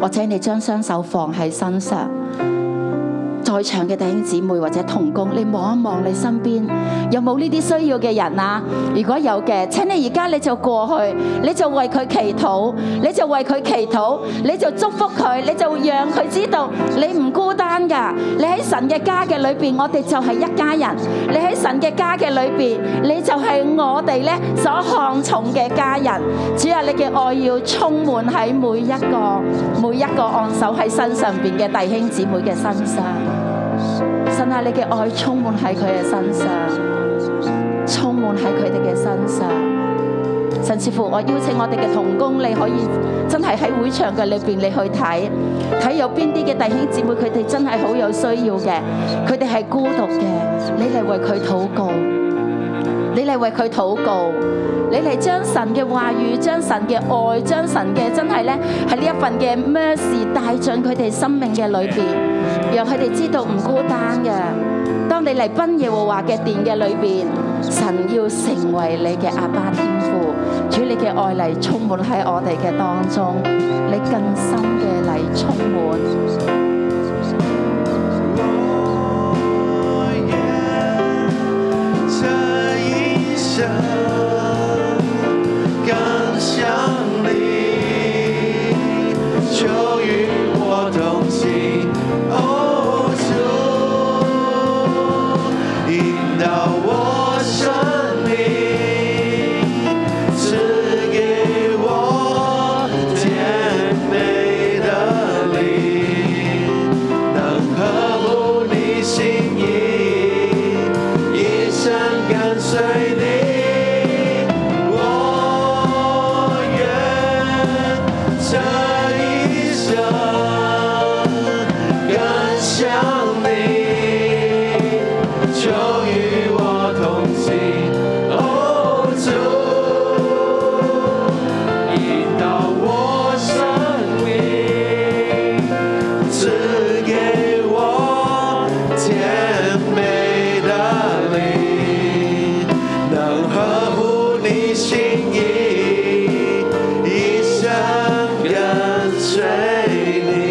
Speaker 7: 我請你將雙手放喺身上。在場嘅弟兄姊妹或者同工，你望一望你身邊有冇呢啲需要嘅人啊？如果有嘅，請你而家你就過去，你就為佢祈禱，你就為佢祈禱，你就祝福佢，你就讓佢知道你唔孤單㗎。你喺神嘅家嘅裏邊，我哋就係一家人。你喺神嘅家嘅裏邊，你就係我哋咧所看重嘅家人。主啊，你嘅愛要充滿喺每一個每一個按手喺身上邊嘅弟兄姊妹嘅身上。神啊，你嘅愛充滿喺佢嘅身上，充滿喺佢哋嘅身上。甚至乎我邀請我哋嘅童工，你可以真係喺會場嘅裏邊你去睇，睇有邊啲嘅弟兄姊妹佢哋真係好有需要嘅，佢哋係孤獨嘅，你嚟為佢禱告，你嚟為佢禱告。你嚟將神嘅話語、將神嘅愛、將神嘅真係咧，喺呢一份嘅 mercy 帶進佢哋生命嘅裏邊，讓佢哋知道唔孤單嘅。當你嚟奔耶和華嘅殿嘅裏邊，神要成為你嘅阿爸天父，主你嘅愛嚟充滿喺我哋嘅當中，你更深嘅嚟充滿。
Speaker 4: 这一生更想你，求与我同行。哦，主引导我生命，赐给我甜美的灵，能呵护你心意。一生跟随你，我愿这一生更想你，求与我同行。哦，主引导我生命。赐给我甜美的灵，能呵护你心意，一生跟随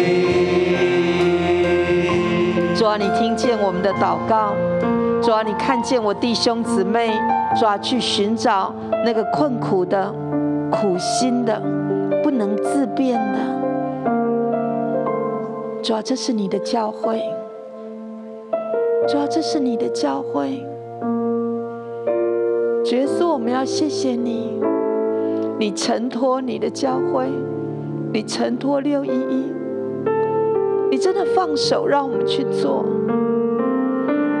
Speaker 4: 你。
Speaker 8: 主啊，你听见我们的祷告，主啊，你看见我弟兄姊妹，主啊，去寻找那个困苦的、苦心的、不能自辩的。主啊，这是你的教诲。主啊，这是你的教诲。主耶稣，我们要谢谢你，你承托你的教诲，你承托六一一。你真的放手让我们去做。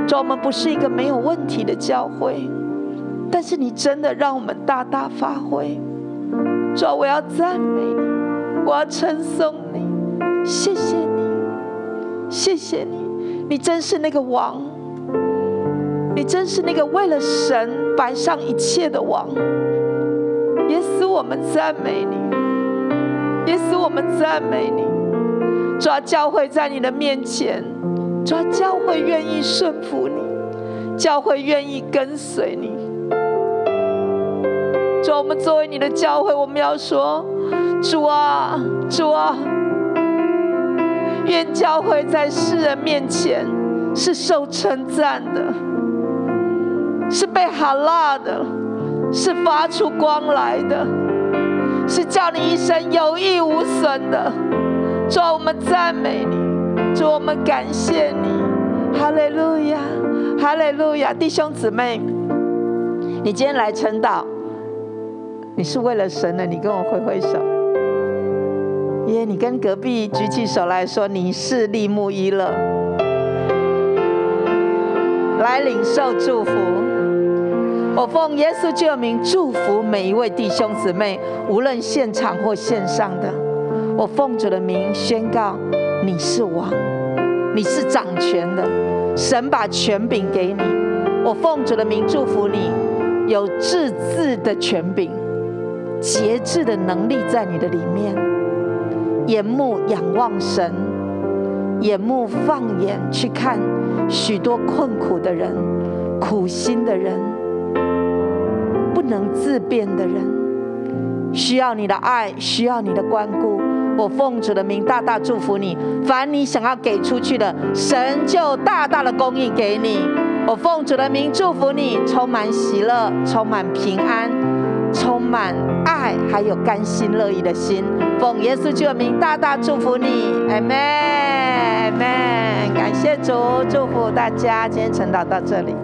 Speaker 8: 主，我们不是一个没有问题的教会，但是你真的让我们大大发挥。主，我要赞美你，我要称颂你，谢谢你，谢谢你，你真是那个王，你真是那个为了神摆上一切的王。耶稣，我们赞美你，耶稣，我们赞美你。主啊，教会在你的面前，主啊，教会愿意顺服你，教会愿意跟随你。主啊、我们作为你的教会，我们要说，主啊，主啊，愿教会在世人面前是受称赞的，是被哈拉的，是发出光来的，是叫你一生有益无损的。主啊，我们赞美你，主，我们感谢你，哈利路亚，哈利路亚，弟兄姊妹，你今天来晨祷，你是为了神的，你跟我挥挥手。耶，你跟隔壁举起手来说你是利木一了，来领受祝福。我奉耶稣基督的名祝福每一位弟兄姊妹，无论现场或线上的。我奉主的名宣告，你是王，你是掌权的，神把权柄给你。我奉主的名祝福你，有自制的权柄，节制的能力在你的里面。眼目仰望神，眼目放眼去看许多困苦的人、苦心的人、不能自辩的人。需要你的爱，需要你的关顾，我奉主的名大大祝福你，凡你想要给出去的，神就大大的供应给你。我奉主的名祝福你，充满喜乐，充满平安，充满爱，还有甘心乐意的心。奉耶稣基督的名大大祝福你，Amen，Amen。感谢主，祝福大家。今天晨祷到这里。